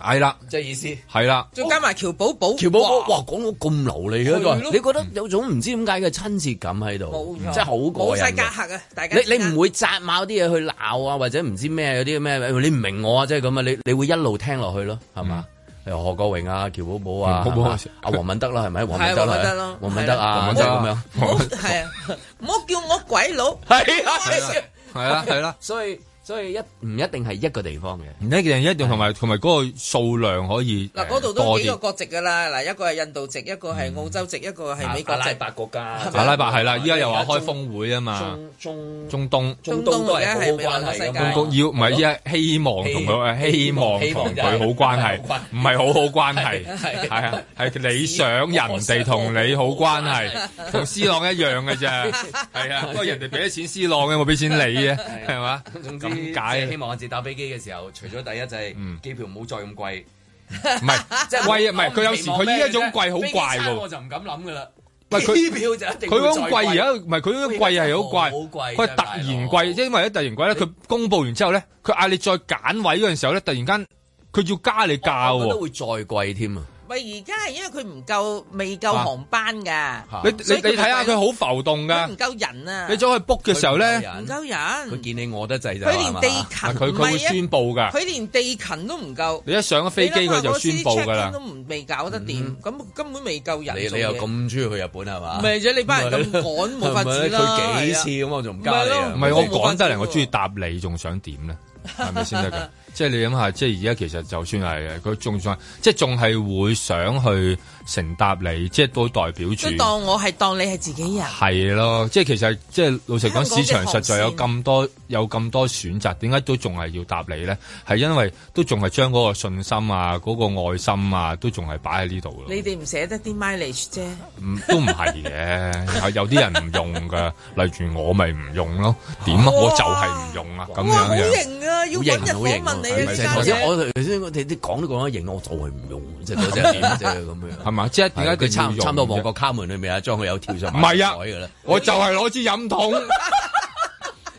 係啦，
即係意思。
係啦。
再加埋喬寶寶，
喬寶寶哇講到咁流利嘅一個
係咯
人，你覺得有種唔知點解嘅親切感喺度，
冇錯
真係好過
冇晒
癮
隔
嘅。
閡啊！大家
你你唔會責罵啲嘢去鬧啊，或者唔知咩有啲咩，你唔明我啊，即係咁啊，你你會一路聽落去咯，係嘛？例如何國榮啊、喬寶寶啊、
嗯
係嘛
喬
阿黃敏德啦，係咪？黃
係
敏
黃
德
敏
啦
德咯，
黃敏德
黃
啊，
敏
即
德啊
係咁樣。
係啊，唔好叫我鬼佬，
係啊
係啊
係啦係啦，
所以所以一唔一定係一個地方嘅。
唔一定一定同埋同埋嗰個數量可以
嗱，嗰度
誒多
都幾
啲
個國籍㗎啦，嗱，一個係印度籍，一個係澳洲籍，一個係美國籍。
國家
阿拉伯係啦，依家又話開峰會啊嘛，
中
中東
中東都係好關係㗎嘛
中東要唔係依家希望同佢希望同佢好關係，唔係好好關係，
係
係啊，係你想人哋同你好關係，同 C 朗一樣嘅啫， 係啊，不過人哋俾咗錢 C 朗嘅，我俾錢你啊，
à.
係嘛？
總之
咁
即係希
解。
望我自打飛機嘅時候，除咗第一就係機票唔好再咁貴，
唔係
即係
貴啊唔係
我
佢有時
期望咩
佢依一種
啫
貴好
飛機
怪
餐
喎
我就唔敢諗噶啦。
唔係佢
機票就一
佢
定
嗰種
種
貴而家唔係佢嗰種貴係好貴，
貴
佢係突然貴，即係因為咧突然貴咧，佢公佈完之後咧，佢嗌你再揀位嗰陣時候咧，突然間佢要加你價
我覺得
喎。
會再貴添啊！
喂，而家係因為佢唔夠，未夠航班㗎。
你
所
你
以佢咪
你睇下佢好浮動
佢
㗎
唔。夠人啊！
你走去 book 嘅時候咧，
唔夠人，
佢見你我得滯就
佢連地勤
佢佢
唔係啊
會宣佈㗎
佢連地勤都唔夠。
你一上咗飛機佢就宣佈㗎啦
你諗下嗰啲 check-in 都唔未搞得掂，咁根本未夠人。
你你又咁？中意去日本係嘛？
咪啫你班人 咁趕冇法子啦
係咪佢幾次咁我仲唔加你啊？
唔係我講得嚟，我中意答你，仲想點咧？係咪先得 㗎？ 即係你諗下，即係而家其實就算係佢仲想，即係仲係會想去乘搭你，即係都代表住
都。當我係當你係自己人。
係咯，即係其實即係老實
香港
講，
嘅
市場實在有咁多有咁多選擇，點解都仲係要答你咧？係因為都仲係將嗰個信心啊、嗰、個愛心啊，都仲係擺喺呢度咯。
你哋唔捨得啲 mileage 啫，
唔都唔係嘅，有有啲人唔用噶，例如我咪唔用咯。點啊？
哇
我就係唔用啊，咁
哇，好
樣樣。
型啊！要揾日訪問你啊，家
頭
姐
先。我頭先我哋啲講都講得型，我就係唔用，即係嗰隻 點即係咁樣。
係嘛？即係點解一定要
佢差唔
用
差唔多
啫
旺角卡門裏面啊，張學友跳上
唔係啊
海㗎啦。
我就係攞支飲 筒，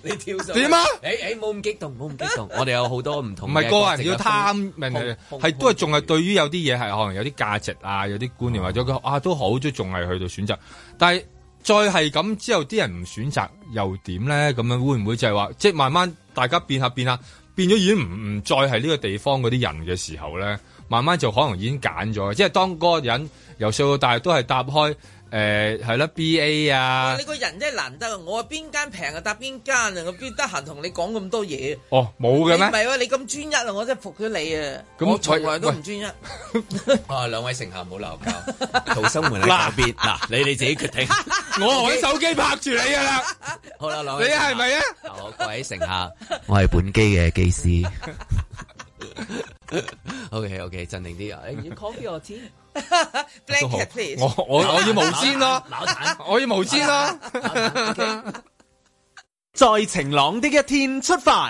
你跳上
點啊
誒誒，冇咁激動，冇咁 激動。我哋有好多唔
唔
同嘅啊
係個人
籍嘅
要貪，
風
問題
風
係都係仲係對於有啲嘢係可能有啲價值啊，有啲觀念或者佢啊都好，都仲係去到選擇。但係再係咁之後，啲人唔選擇又點咧？咁樣會唔會就係話，即係慢慢大家變下變下，變咗已經唔唔再係呢個地方嗰啲人嘅時候咧，慢慢就可能已經揀咗。即係當嗰個人由細到大都係搭開誒係啦 B A 啊
你。個人真係難得啊！我話邊間平啊，搭邊間啊，我邊得閒同你講咁多嘢。
哦，冇
你
嘅
唔
咩？
係喎，你咁專一啊，我真係服咗你啊！
咁
我從來
喂
都
喂
唔專一。
啊，兩位乘客 唔好鬧交，逃生門喺右邊。嗱，你你自己決定。
我攞手機拍住你㗎啦，
好啦，兩
你
位乘客
係 咪啊？
我各位乘客，我係本機嘅機師。OK OK，鎮定啲啊！誒
Coffee or tea?
都好
Blanket please。
我我我要毛毡咯，我要毛毡咯。
啊
在晴朗的一天出發。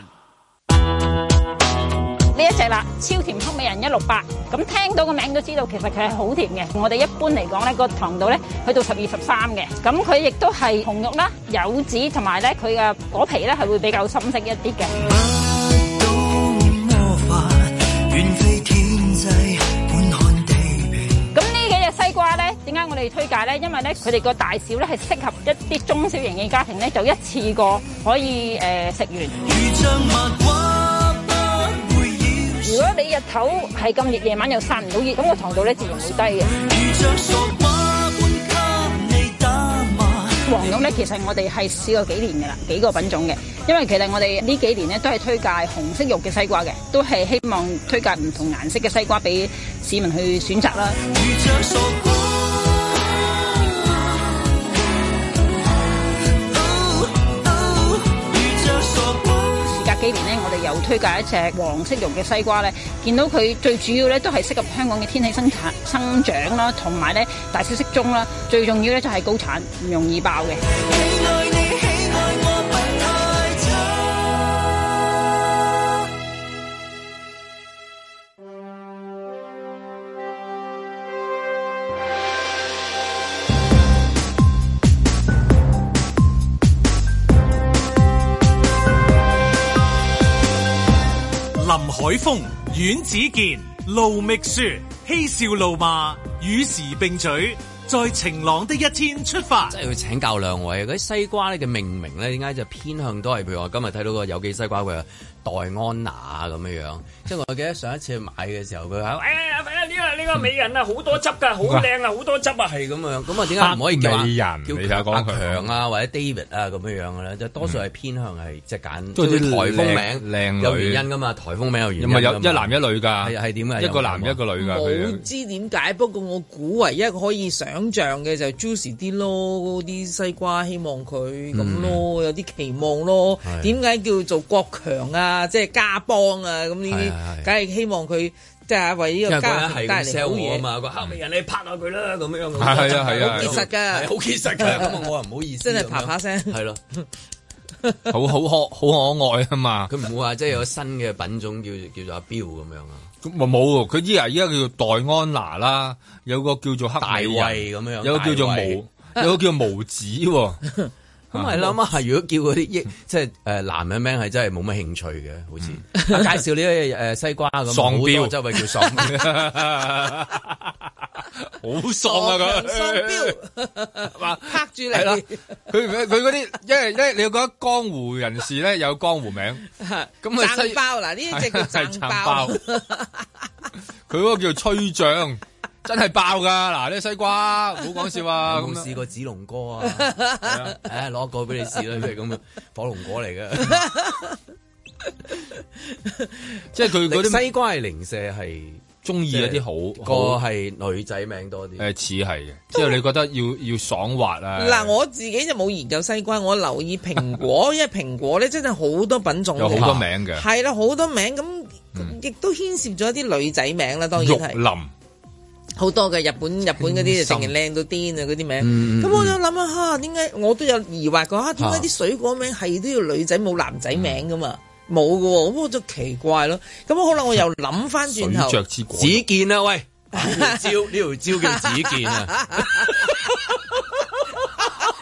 呢一隻啦，超甜黑美人一六八，咁聽到個名都知道其實佢係好甜嘅。我哋一般嚟講咧，個糖度咧去到十二十三嘅，咁佢亦都係紅肉啦、柚子同埋咧佢嘅果皮咧係會比較深色一啲嘅。咁呢幾隻西瓜咧，點解我哋推介咧？因為咧佢哋個大小咧係適合一呃啲中小型嘅家庭咧，就一次過可以誒食、完。如果你日頭係咁熱，夜晚又散唔到熱，咁個糖度咧自然會低嘅。黃玉咧，其實我哋係試過幾年㗎啦，幾個品種嘅。因為其實我哋呢幾年咧都係推介紅色肉嘅西瓜嘅，都係希望推介唔同顏色嘅西瓜俾市民去選擇啦。時隔幾年咧，我哋又推介一隻黃色肉嘅西瓜咧，見到佢最主要咧都係適合香港嘅天氣生產生長啦，同埋咧大小適中啦，最重要咧就係高產，唔容易爆嘅。
林海峰、阮子健、盧覓雪，嬉笑怒罵，與時並舉，在晴朗的一天出發。
即係要請教兩位，嗰啲西瓜咧嘅命名咧，點解就偏向都係譬如我今日睇到個有機西瓜佢話黛安娜啊咁樣樣，即係我記得上一次買嘅時候 佢話，哎呀
呢個呢個美人啊，好多汁㗎，好靚啊，好多汁啊，
係咁樣，咁啊點解唔可以叫啊
美人
叫
你睇下講
阿
佢
強啊或者 David 啊咁樣樣嘅咧？就多數係偏向係即係揀
嗯都係啲
颱風名
靚靚女
有原因噶嘛，颱風名有原因
唔係有
㗎嘛
一男一女㗎
係係點啊㗎？
一個男一個女㗎佢
唔知點解，不過我估唯一可以想像嘅就 juicy 啲咯，啲西瓜希望佢咁咯，有啲期望咯。
係
點解叫做國強啊？即係家邦啊？咁呢啲，梗係希望佢即係為呢
因為
個
嗰
家
人
庭
係
帶
咁
嚟
sell
好
我啊
嘢。
嘛，個黑美人你拍下佢啦咁樣，
係啊係啊係啊
好
結
實㗎
係好結實㗎，咁啊我話唔好意思，
真係啪啪聲
係咯，
好好可好可愛啊嘛！
佢唔會話即係有新嘅品種叫叫做阿彪咁樣啊，
咁咪冇喎，佢依家依家叫做黛安娜啦，有個叫做黑
大
美人
衛咁樣
有個叫做
大
毛，
衛
有個叫毛子喎。啊
咁咪諗下，如果叫嗰啲益即係誒男人名係真係冇乜興趣嘅，好似啊介紹呢啲誒西瓜啊咁，
嗯喪
好
彪
多周圍叫喪 彪，
好喪啊佢
拍住
係 啦
嚟，
佢佢嗰啲，因為咧你要覺得江湖人士咧有江湖名，咁啊西
掙包嗱，呢只 叫掙
係
包。
佢嗰個叫吹脹， 真係爆㗎！嗱呢西瓜，唔好講笑啊！
有
咁
冇
樣
試過紫龍哥 啊？誒攞個俾你試啦，譬如咁啊，火龍果嚟嘅，
即係佢嗰啲
西瓜係零舍係
中意嗰啲好
個
好
係女仔名多
誒
啲。
似係嘅，即係你覺得要要爽滑啊？
嗱，我自己就冇研究西瓜，我留意蘋果，因為蘋果咧真係好多品種嘅，
有好多名嘅嗯
係啦，好多名咁，亦都牽涉咗一啲女仔名啦，當然
玉
係
林。
好多嘅日本日本嗰啲就成日靚到癲啊嗰啲名，
嗯
咁我就諗下嚇點解我都有疑惑過嚇點解啲水果名係都要女仔冇男仔名噶嘛？冇嘅喎，咁我就奇怪咯。咁好啦，我又諗翻轉頭，
水著之果
子健啊，喂，呢條蕉呢條蕉叫子健啊，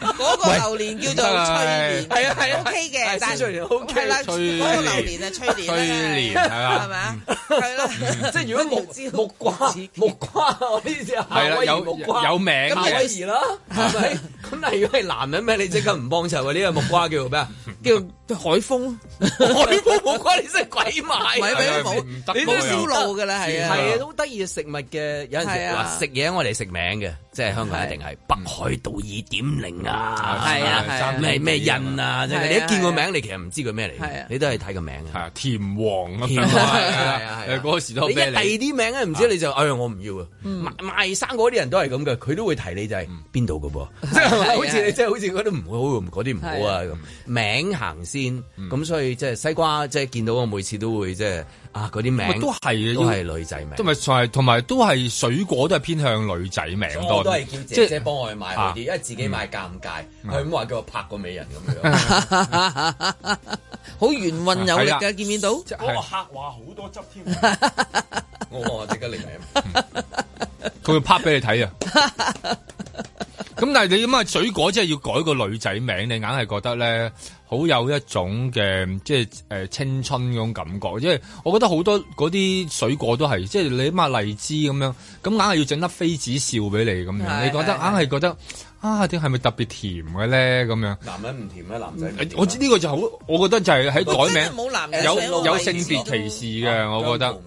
嗰個榴蓮叫做催
喂
蓮，
係啊係啊
OK 嘅
係，
但
催蓮 OK，
係啦，嗰個
催
榴蓮啊，催蓮
催蓮
啦
係嘛
係咪啊？係啦，
即係如果木木瓜木瓜，我呢隻
係
夏
啦
威夷
有
木瓜
有名啊嘅
咁夏威夷啦，係咪？ 咁但係如果係男人咩，你即刻唔幫襯喎？呢個木瓜叫咩 啊？
叫海風，
海風木瓜你真係鬼
啊
買，
鬼
買都冇
唔得
你都
喎
燒腦㗎啦，係啊，
係啊，都好得意嘅食物嘅，有陣
係
時
啊
話食嘢我哋食名嘅，即係香港一定係北海道二點零啊，
係啊係啊
咩咩印啊，即
係啊
係你一見個名，你其實唔知佢咩嚟
係
嘅，
啊
你都係睇個名
係
啊。
啊甜王啊，
甜 王
係
係
啊係
啊係
啊
啊
嗰個士多
你一
啤
遞
梨，
啲名咧，唔知你就哎呀我唔要啊！
嗯
賣賣生果啲人都係咁嘅，佢都會提你就係
嗯
邊度嘅 噃，即係
係啊
話好似你即係好似嗰啲唔好，嗰啲唔好啊咁名行先，
嗯
咁所以即係西瓜，即係見到我每次都會即係啊嗰啲
咪
名
都係嘅
都
要
係女仔名。
都咪就係同埋都係水果都係偏向女仔名
我
多
哦都
啲
係，叫姐姐幫我去買好啲，因為自己買尷尬，佢咁話叫我拍個美人咁樣。
好圓運有力
係啊
㗎，見唔見到？
嗰個客話好多汁 添，
我我即刻嚟名，
佢會拍俾你睇啊！啊 咁但係你咁啊，水果真係要改個女仔名，你硬係覺得咧，好有一種嘅即係誒、呃青春嗰種感覺。因為我覺得好多嗰啲水果都係，即係你起碼荔枝咁樣，咁硬係要整粒妃子笑俾你咁樣，
係
你覺得
係
硬係覺得啊，啲係咪特別甜嘅咧咁樣？
男人唔甜咩？男仔唔甜
我知呢個就好，我覺得就係喺改
嗯真係冇男
名
人想
有
個
有
位置
性別歧視嘅，我覺得。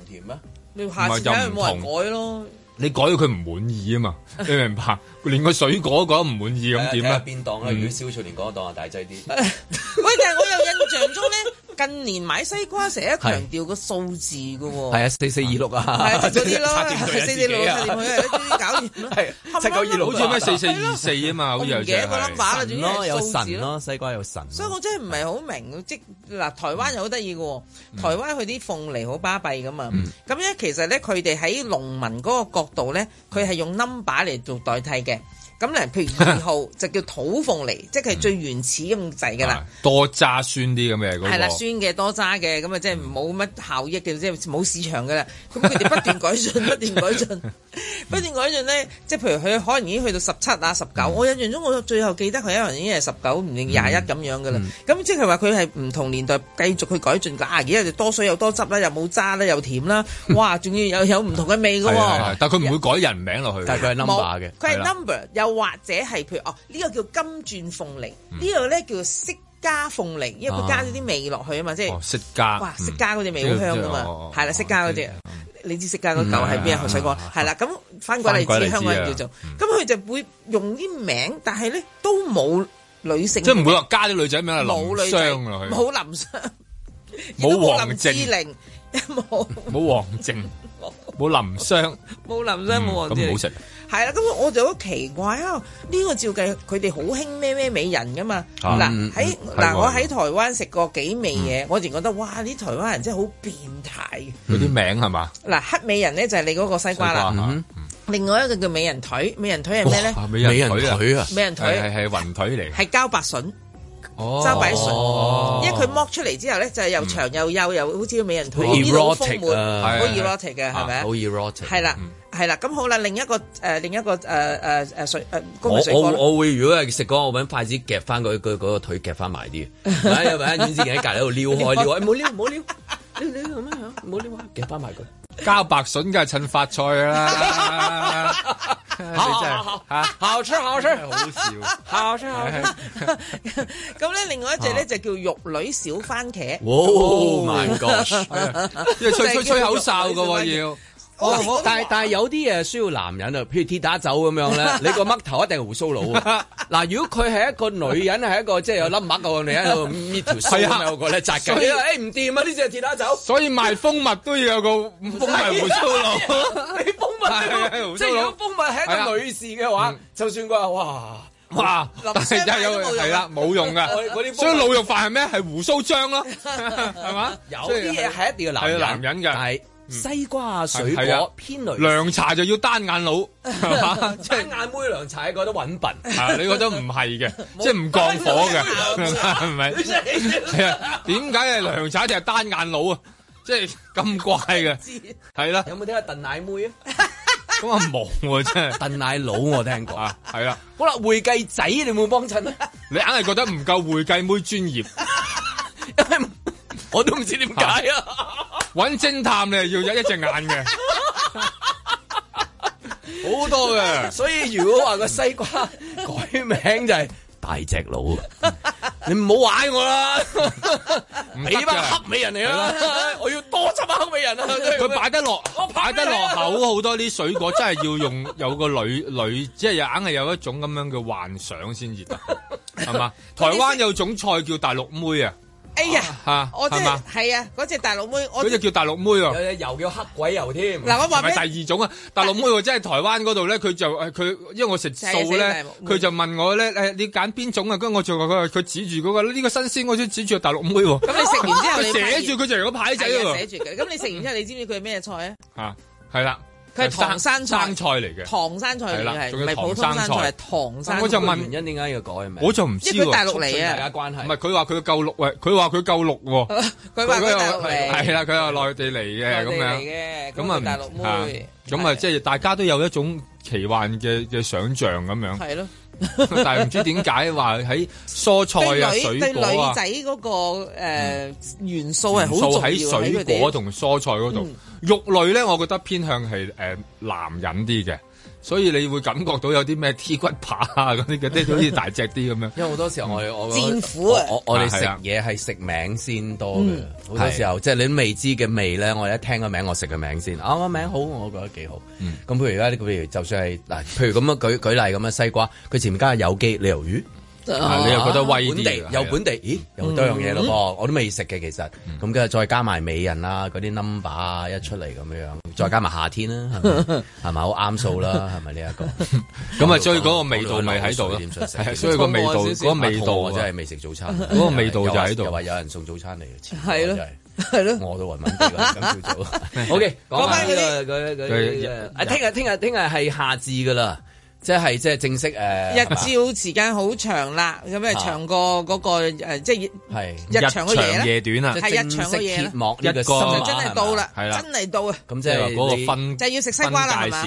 你下次睇下有冇人改咯。
你改咗佢唔滿意啊 嘛，你明唔明白？連個水果覺得唔滿意咁點
啊？
啊？
邊檔啦？如果蕭翠蓮講嘅檔啊，大劑啲。
喂，但係我有印象中咧，近年買西瓜成日強調個數字嘅喎。
係啊，四四二六
係
啊，
嗰啲
插
咯，
掂佢
係
啊
四
自
四
己
六
啊
四六去搞完咯，
七九二六
好似咩四四二四啊嘛，好似有隻係。
總之係
神咯，有
數字
神
咯
咯，西瓜有神。
所以我真係唔係好明，即嗱台灣又好得意嘅喎，
嗯
台灣佢啲鳳梨好巴閉噶嘛，咁咧、其實咧佢哋喺農民嗰個角度咧，佢係用 number 嚟做代替嘅。咁咧，譬如二號就叫土鳳梨，即係佢最原始咁滯㗎
啊
啦，
多渣酸啲咁嘅嗰個
係啦，酸嘅多渣嘅，咁啊即係冇乜效益嘅，即係冇市場㗎啦。咁佢哋不斷改進，不斷改進，不斷改進咧，即係譬如佢可能已經去到十七啊、十九，我印象中我最後記得佢可能已經係十九唔定廿一咁樣㗎啦。咁即係話佢係唔同年代繼續去改進㗎。啊，而家就多水又多汁啦，又冇渣啦，又甜啦，哇，仲要有有唔同嘅味㗎
係啊係係
喎。
但佢唔會改人名落去，但係佢係
冇佢係
啦
number，又或者係譬如哦，呢、個叫金鑽鳳梨，呢個咧叫釋迦鳳梨，因為佢加咗啲味落去啊嘛，即係
哦釋迦
哇，
嗯
釋迦嗰隻味好香噶嘛
即係哦，
係啦，釋迦嗰隻。你知釋迦嗰嚿係咩啊？
嗯
水果係啦，咁番鬼荔
番鬼荔
枝
枝啊
香港人叫做，咁佢就會用啲名，但係咧都冇女性，
即係唔會話加啲女仔名
冇
係
女
林
仔
霜落去，
冇林霜，
冇
林
王
志
正，
玲， 冇
冇王正，冇林霜，
冇林霜，冇
嗯
王
咁
志
唔
玲
好。食。
係啦，咁我就好奇怪啊！呢、個照計佢哋好興咩咩美人噶嘛？
啊
嗱
嗯嗯
喺
係嗯
嗱
喎
我喺台灣食過幾味嘢，我仲覺得哇！啲台灣人真係好變態。
佢啲名係嘛？
嗱黑美人咧就係你嗰個西瓜啦，
嗯
另外一個叫美人腿，美人腿係咩咧？
嗯哇美人腿啊！
美人腿
係係係雲腿嚟嘅，
係膠白筍，
哦嗯
膠白
哦
筍，因為佢剝出嚟之後咧就係又長又幼又好似美人腿
好
呢度好豐
erotic
滿，
啊
好 erotic 嘅係咪啊
好？erotic。
係啦，係啦，咁好啦，另一個誒另一個誒誒誒水誒公
我
民水
我
果啦
我會如果係食嗰個，我揾筷子夾翻佢佢嗰個腿夾翻埋啲，唔係有揾阮志健喺隔離喺度撩開撩開，唔好撩唔好撩，你你咁樣樣，唔好撩開，夾翻埋佢。
膠白筍梗係襯發菜啦，你真係嚇
好吃好
好
吃，
笑，
好吃
好吃。
咁咧，另外一隻咧就叫玉女小番茄。
Oh my gosh！
因為 吹吹吹口哨㗎喎要。
哦，但係但係有啲嘢需要男人啊，譬如鐵打酒咁 樣咧，你個嘜頭一定係胡鬚佬啊！嗱，如果佢係一個女人，係一個即係有粒癦嘅女人喺度搣條須
係
咁
啊
有個咧 扎緊，
所以
誒唔掂啊！呢隻鐵打酒，
所以賣蜂蜜都要有個蜂蜜胡鬚佬，
你蜂蜜即係如果蜂蜜係一個女士嘅話，就算佢話 哇
哇！但係真係有係啦，冇用噶
啊我哋嗰啲蜂蜜。
所以滷肉飯係咩？係胡鬚張咯，係嘛？
有啲嘢係一定要男人
係男人嘅，係
西瓜啊水
係啊
果偏女士，
涼茶就要單眼佬，係嘛？
即係眼妹涼茶，覺得揾笨。
啊！你覺得唔係嘅，即係唔降火 嘅，係咪？係啊，點解係涼茶就係單眼佬啊？即係咁怪 嘅，係啦。
有冇聽過燉奶妹啊？
咁啊冇喎，真 係
燉奶佬我聽過
啊，係啦。
好啦，會計仔你有冇幫襯啊？
你硬係覺得唔夠會計妹專業，
我都唔知點解啊！
揾偵探你係要有一隻眼 嘅，好多嘅。
所以如果話個西瓜改名就係大隻佬，啊 你唔好玩我啦，
唔得
俾翻
㗎
黑美人嚟啦
係，
我要多執下黑美人啊！
佢擺得落，擺得落口好多啲水果，真係要用 有個女女，即係硬係有一種咁樣嘅幻想先 至得，係嘛？台灣有種菜叫大陸妹啊，
哎呀，
嚇
我真
係
係
嘛？
係啊，嗰隻大陸妹，我
嗰只叫大陸妹啊
有。隻油叫黑鬼油添。
嗱我話
係
俾
咪第二種啊，大陸妹喎，即係台灣嗰度咧，佢就誒佢，因為我食素咧，佢就問我咧誒，你揀邊種啊？跟住我就話佢佢指住嗰個呢個新鮮，我先指住大陸妹喎。
咁你食完之後你
佢寫住佢就有個牌仔
係啊寫
喎，
住嘅。咁你食完之後，你知唔知佢係咩菜啊？
嚇係啦，
佢係唐山菜
生菜嚟嘅。
唐山菜
係
嚟
啦
嘅，
仲
唔
要
係普通山
唐
菜，
山菜
係唐山菜。
我就問
原因點解要改名？
我就唔知
因為佢
喎，
大陸嚟啊
大家關係
唔係佢話佢夠綠，喂，佢話佢夠綠 喎，
佢話佢
又
大陸嚟
係啦，佢又內地嚟嘅咁
嚟
樣，
嘅，
咁啊
咁大陸
啊
妹，
咁啊即係大家都有一種奇幻嘅嘅想像咁樣，
係咯。
但係唔知點解話喺蔬菜 啊、
對女
水
對
果
女
啊
仔。嗰個誒元
哦
素係好重要
啊
喺水
佢哋
果同蔬菜嗰
嗯
度，肉類咧，我覺得偏向係誒、呃男人啲嘅，所以你會感覺到有啲咩 T 骨扒啊嗰啲嘅，即係好似大隻啲咁樣。 嗯
因為好多時候我哋我
戰斧啊
我我我哋食
係啊
嘢係食名先多嘅
嗯，
好多時候即係你都未知嘅味咧，我一聽個名我食個名先，啊個
嗯
名好，我覺得幾好。咁譬如而家呢個譬如就算係嗱，譬如咁樣舉舉例咁樣西瓜，佢前面加有機你魷
啊嗯
魚。
你又覺得威啲
本地
嘅
有
係啊
本地，咦有多樣嘢咯噃，我都未食嘅其實，
嗯
咁跟住再加埋美人啦，嗰啲 number 啊一出嚟咁樣，再加埋夏天啦， 係咪係咪好啱數啦？係咪呢一個？
咁啊，所以嗰個味道咪喺度
我
咯
都想食
係啊所以個味道
我
嗰個味道啊
我真係未食早餐，
嗰個味道就喺度
又話有人送早餐嚟，黐線
係咯
真係
係咯，
我都揾揾啲啦，今朝早。OK，講翻呢個嗰啲嗰啲
佢
啊，聽日聽日聽日係夏至噶啦，即係即係正式誒
日照時間好長啦，咁啊長過嗰個誒即係
係
日長嘅嘢啦日長夜短啊係日長嘅嘢
揭
啦
幕呢個新啊聞
啊
就真係到啦，真係到啊！
咁即係
嗰個分
就係要食西瓜啦，係嘛？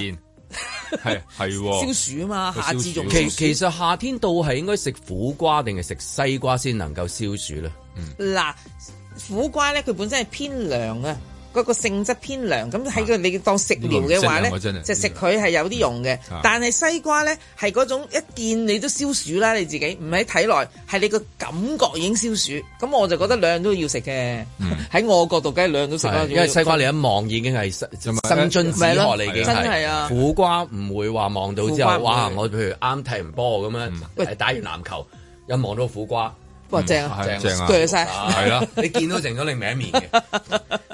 係係
消暑啊嘛
佢
夏至仲
其
消暑
其實夏天到係應該食苦瓜定係食西瓜先能夠消暑咧？
嗯
嗱，苦瓜咧佢本身係偏涼啊。嗰個性質偏涼，咁喺佢你當食療嘅話
啊呢個唔識啊
咧
我真，係
就食佢係有啲用嘅
嗯。
但係西瓜咧係嗰種一見你都消暑啦，你自己唔喺體內，係你個感覺已經消暑。咁我就覺得兩樣都要食嘅。
嗯
喺我角度，梗係兩樣都食啦。啊
係因為西瓜你一望已經係生生津止渴嚟嘅，
真係啊
苦瓜唔會話望到之後，
苦瓜唔會
哇！我譬如啱踢完波咁
嗯
樣，打完籃球一望到苦瓜，
哇正啊
嗯
正啊鋸晒
係啦，你見到成咗另名面嘅。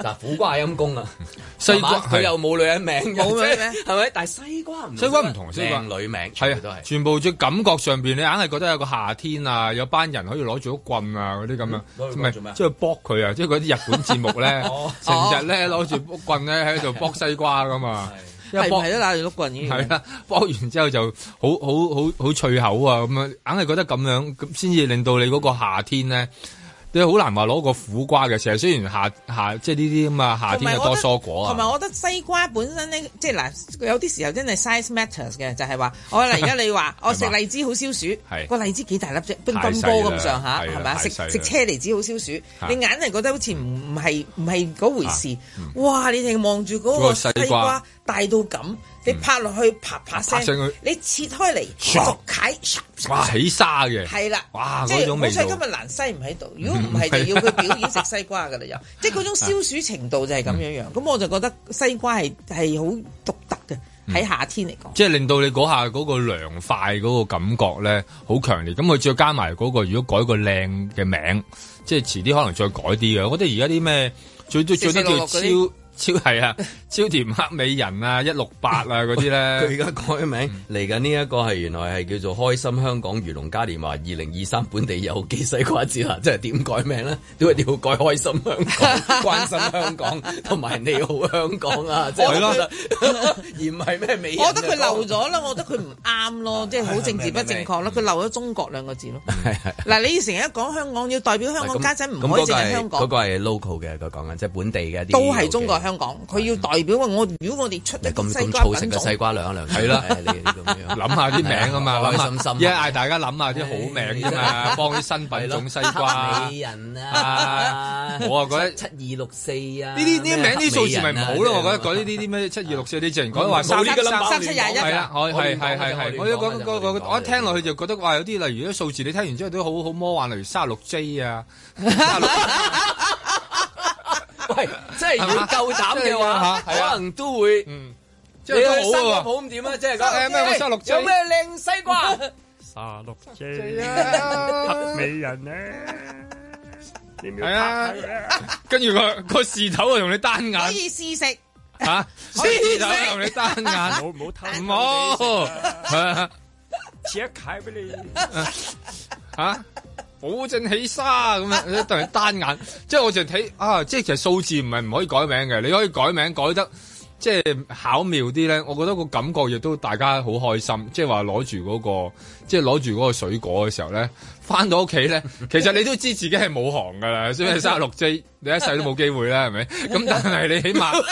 嗱，苦瓜係陰公啊，
西瓜
係嘛佢
係
又冇女人名，
冇女人
名係咪？但係西瓜唔
西瓜唔同，西瓜
靚女名全部
係啊，全部即係感覺上邊，你硬係覺得有個夏天啊，有班人可以攞住碌棍啊嗰啲咁樣，
攞住
唔
棍做
係
咩啊
即係搏佢啊！即係嗰啲日本節目咧
哦，
成日咧攞住碌棍咧喺度搏西瓜噶嘛，一
係唔
搏
係都打住碌棍已經？
係啦，剝啊完之後就好好好好脆口啊，咁樣硬係覺得咁樣咁先至令到你嗰個夏天咧，你好難話攞個苦瓜嘅。成日雖然夏夏即係呢啲咁啊，夏
同
天
埋
就
我
多
覺得
蔬果
同埋
啊，
我覺得西瓜本身咧，即係嗱，有啲時候真係 size matters 嘅，就係話， 我嗱而家你話我食荔枝好消暑
係，
個荔枝幾大粒啫，乒
太
乓
細
波
啦
咁上下，
係啦
係咪？啊
太
食
細啦
食車厘子好消暑，
嚇
你硬係覺得好似唔唔係唔係嗰回事。哇！你哋望住
嗯
嗰
嗰
個
個
西
西
瓜
瓜嗯
大到咁，你拍落去啪啪
啪聲
聲
佢，
你切開嚟
唰
逐解，唰
哇起沙嘅，
係啦，
哇
即
嗰
係
種
好
味
彩
道
今。日蘭西唔喺度，如果唔係
嗯
就要佢表演食西瓜噶啦又，即係嗰種消暑程度就係咁樣
嗯
樣。咁我就覺得西瓜係係好獨特嘅，
嗯
喺夏天嚟講。
即係令到你嗰下嗰個涼快嗰個感覺咧，好強烈。咁佢再加埋嗰、個，如果改個靚嘅名，即係遲啲可能再改啲嘅。我覺得而家啲咩最最最
四四
多
六
叫超
六嗰啲
超係啊，超甜黑美人啊，一六八 啊嗰啲咧。
佢而家改名
嗯
嚟緊呢一個係原來係叫做開心香港漁農嘉年華二零二三本地有機西瓜節啦，即係點改名咧？都一定要改開心香 港、關心香港同埋你好香港啊！即係
係咯
我覺得 而唔係咩美人啊。
我覺得佢漏咗啦，我覺得佢唔啱 咯，即係好政治不正
嗯
確啦。佢漏咗中國兩個字咯。嗱，你成日講香港要代表香
唔係
港，
咁
家陣唔
咁
可以
嗰個
淨係
係
香
嗰
港，
個係 local 嘅，佢講緊即係本地嘅一啲
都係中國
嘅
香港。佢要代表我，如果我哋出一
咁
啲西
咁
瓜
粗食
品
嘅
種，
西瓜涼一涼，
係啦
係你你咁樣
諗下啲名啊嘛，
開
諗
心
下
心啊哎
一嗌大家諗下啲好名啫嘛，幫啲新品種西瓜。
美人啊
啊，我啊覺得
七七二六四啊，
呢啲呢啲名啲數字咪唔好咯，我覺得
嗰
改呢啲啲咩七二六四啲，自然改話三
三七廿一
係啦，我係係係係，我一講個
個
個我一聽落去就覺得哇，有啲例如啲數字，你聽完之後都好好魔幻，例如三六 J 啊，
喂，即係如果夠膽嘅 話，
係啊
可能都會，
即係
你去
都
生
好
果
喎。
鋪咁點啊？即係
誒
講
咩我生六
喂
隻
有咩靚西瓜？
沙六 J
黑
美人咧，你唔要
係
拍
啊
佢咧。
跟住個個士頭啊同你單眼
可以試食。
嚇，
可以
士頭同你單眼，
唔好唔好偷
唔好係啊
切一解俾你。
嚇，啊保證起沙咁 樣，突然單眼，即係我就睇啊，即係其實數字唔係唔可以改名嘅，你可以改名改得即係巧妙啲咧，我覺得個感覺亦都大家好開心，即係話攞住嗰個，即係攞住嗰個水果嘅時候咧，翻到屋企 咧，其實你都知自己 係冇行噶啦，所以三十六 J 你一世都冇機會啦，係咪？咁但係你起碼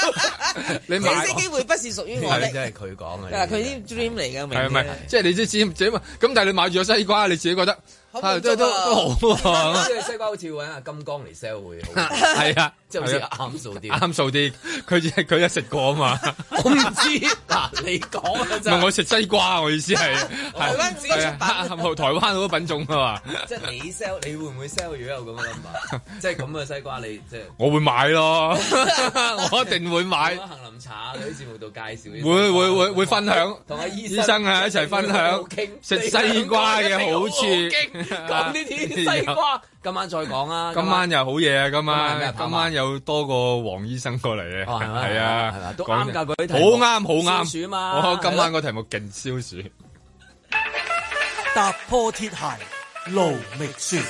你
你
買
些機會不是屬於我
係啊
的。
真係佢講嘅。
嗱，佢啲 dream 嚟㗎，明
啊係
嘅
咪？即係你知知自己嘛？咁但係你買咗西瓜，你自己覺得
好
啊
滿足
都
啊
都都好喎。
即係西瓜好似揾阿金剛嚟 sell 會好，
係啊，
即係好似
係啊
啱數啲。
啱數啲，佢佢一食過啊 嘛。
我唔知嗱，你講嘅
唔係
真
我食西瓜，我意思係
台灣自己出
係
品
啊 台灣好多品種噶嘛，
即係你 sell，你會唔會 sell 如果有咁嘅 number？即係咁嘅西瓜，你即係
我會買 咯，我一定會買。
杏林茶嗰啲節目度介紹啲西瓜。
會會會會分享，
同阿醫
醫生啊一齊分享
傾
食西瓜嘅好處。哎
講呢啲西 瓜，今晚再講啊！
今晚又好嘢啊！今
今晚咩
晚
跑馬
今晚有多個黃醫生過嚟
哦
啊，
係咪
係
係
啊
咪，都啱
講
㗎嗰啲題目
好啱好
消
啱
暑嘛
我今
係
晚
咯
個題目勁消暑。
踏破鐵鞋路未雪。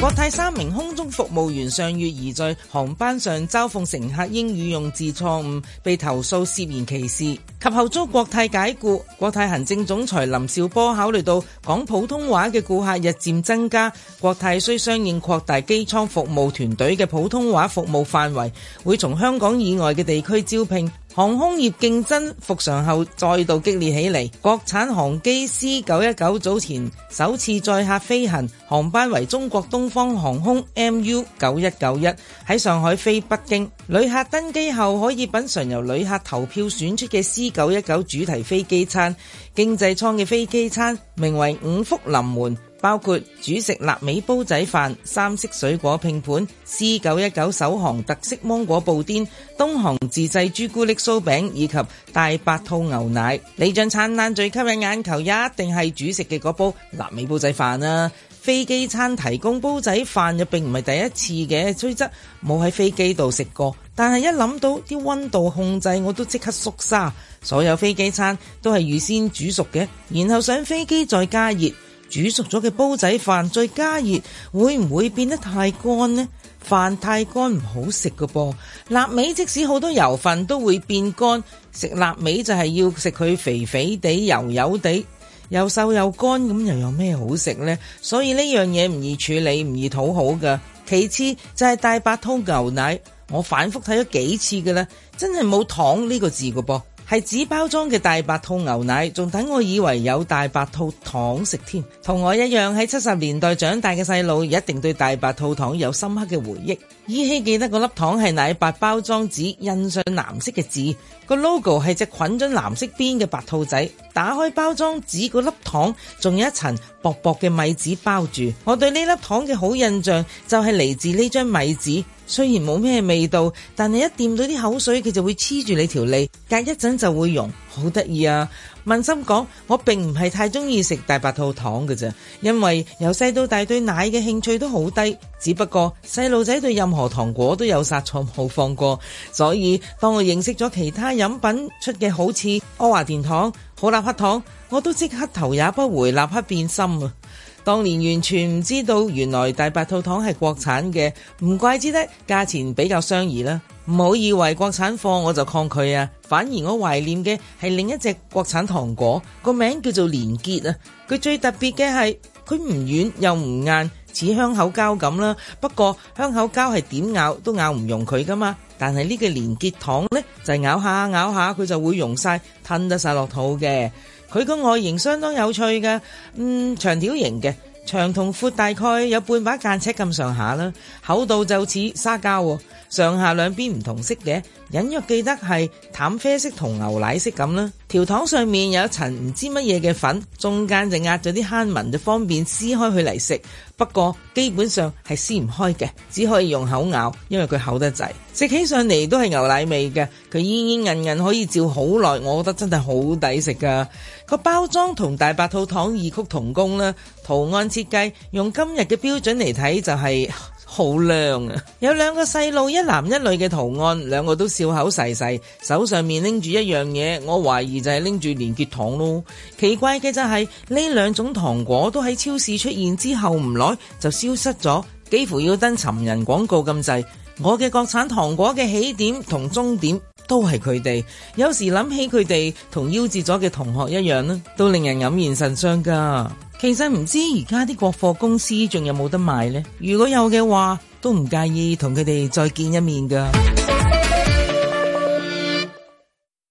國泰三名空中服務員上月疑在航班上嘲諷乘客英語用字錯誤，被投訴涉嫌歧視，及後遭國泰解僱。國泰行政總裁林紹波考慮到講普通話嘅顧客日漸增加，國泰需相應擴大機艙服務團隊嘅普通話服務範圍，會從香港以外嘅地區招聘。航空業競爭復常後再度激烈起嚟，國產航機 C 九一九早前首次載客飛行，航班為中國東方航空 MU 九一九一，喺上海飛北京。旅客登機後可以品嚐由旅客投票選出嘅 C 九一九主題飛機餐，經濟艙嘅飛機餐名為五福臨門。包括煮食臘味煲仔飯、三色水果拼盤、C 九一九首航特色芒果布甸、東航自製朱古力酥餅以及大白兔牛奶。呢張餐單最吸引眼球，一定係煮食嘅嗰煲臘味煲仔飯啦、飛機餐提供煲仔飯又並唔係第一次嘅，雖則冇喺飛機度食過，但係一諗到啲温度控制，我都即刻縮沙。所有飛機餐都係預先煮熟嘅，然後上飛機再加熱。煮熟咗嘅煲仔飯再加熱，會唔會變得太乾呢？飯太乾唔好食㗎噃，臘味即使好多油份都會變乾，食臘味就係要食佢肥肥地、油油地。又瘦又乾，咁又有咩好食呢？所以呢樣嘢唔易處理，唔易討好噶。其次就係大白兔牛奶，我反覆睇咗幾次噶啦，真係冇糖呢個字噶噃，係紙包裝嘅大白兔牛奶，仲等我以為有大白兔糖食添。同我一樣喺七十年代長大嘅細路，一定對大白兔糖有深刻嘅回憶。依稀記得嗰粒糖係奶白包裝紙印上藍色嘅字，個 logo 係隻捆咗藍色邊嘅白兔仔。打開包裝紙嗰粒糖，仲有一層薄薄嘅米紙包住。我對呢粒糖嘅好印象就係嚟自呢張米紙。雖然冇咩味道，但係一掂到啲口水，佢就會黐住你條脷，隔一陣就會溶，好得意啊！問心講，我並唔係太中意食大白兔糖嘅啫，因為由細到大對奶嘅興趣都好低，只不過細路仔對任何糖果都有殺錯冇放過，所以當我認識咗其他飲品出嘅好似阿華田糖、好立克糖，我都即刻頭也不回，立刻變心啊！當年完全唔知道，原來大白兔糖係國產嘅，唔怪之得價錢比較相宜啦。唔好以為國產貨我就抗拒啊，反而我懷念嘅係另一隻國產糖果，個名叫做連結啊。佢最特別嘅係佢唔軟又唔硬，似香口膠咁啦。不過香口膠係點咬都咬唔溶佢噶嘛。但係呢個連結糖呢，就係咬下咬下佢就會溶晒，吞得晒落肚嘅。佢個外形相當有趣嘅，嗯，長條形嘅，長同闊大概有半把間尺咁上下啦，厚度就似沙膠喎，上下兩邊唔同色嘅，隱約記得係淡啡色同牛奶色咁啦。條糖上面有一層唔知乜嘢嘅粉，中間就壓咗啲坑紋，就方便撕開佢嚟食。不過基本上係撕唔開嘅，只可以用口咬，因為佢厚得滯。食起上嚟都係牛奶味嘅，佢煙煙韌韌可以照好耐，我覺得真係好抵食噶。個包裝同大白兔糖異曲同工啦，圖案設計用今日嘅標準嚟睇就係、好亮啊！有兩個細路，一男一女嘅圖案，兩個都笑口噬噬，手上面拎住一樣嘢，我懷疑就係拎住連結糖咯。奇怪嘅就係呢兩種糖果都喺超市出現之後唔耐就消失咗，幾乎要登尋人廣告咁滯。我嘅國產糖果嘅起點同終點都係佢哋，有時諗起佢哋同夭折咗嘅同學一樣啦，都令人黯然神傷噶。其實唔知而家啲國貨公司仲有冇得賣呢？如果有嘅話，都唔介意同佢哋再見一面噶。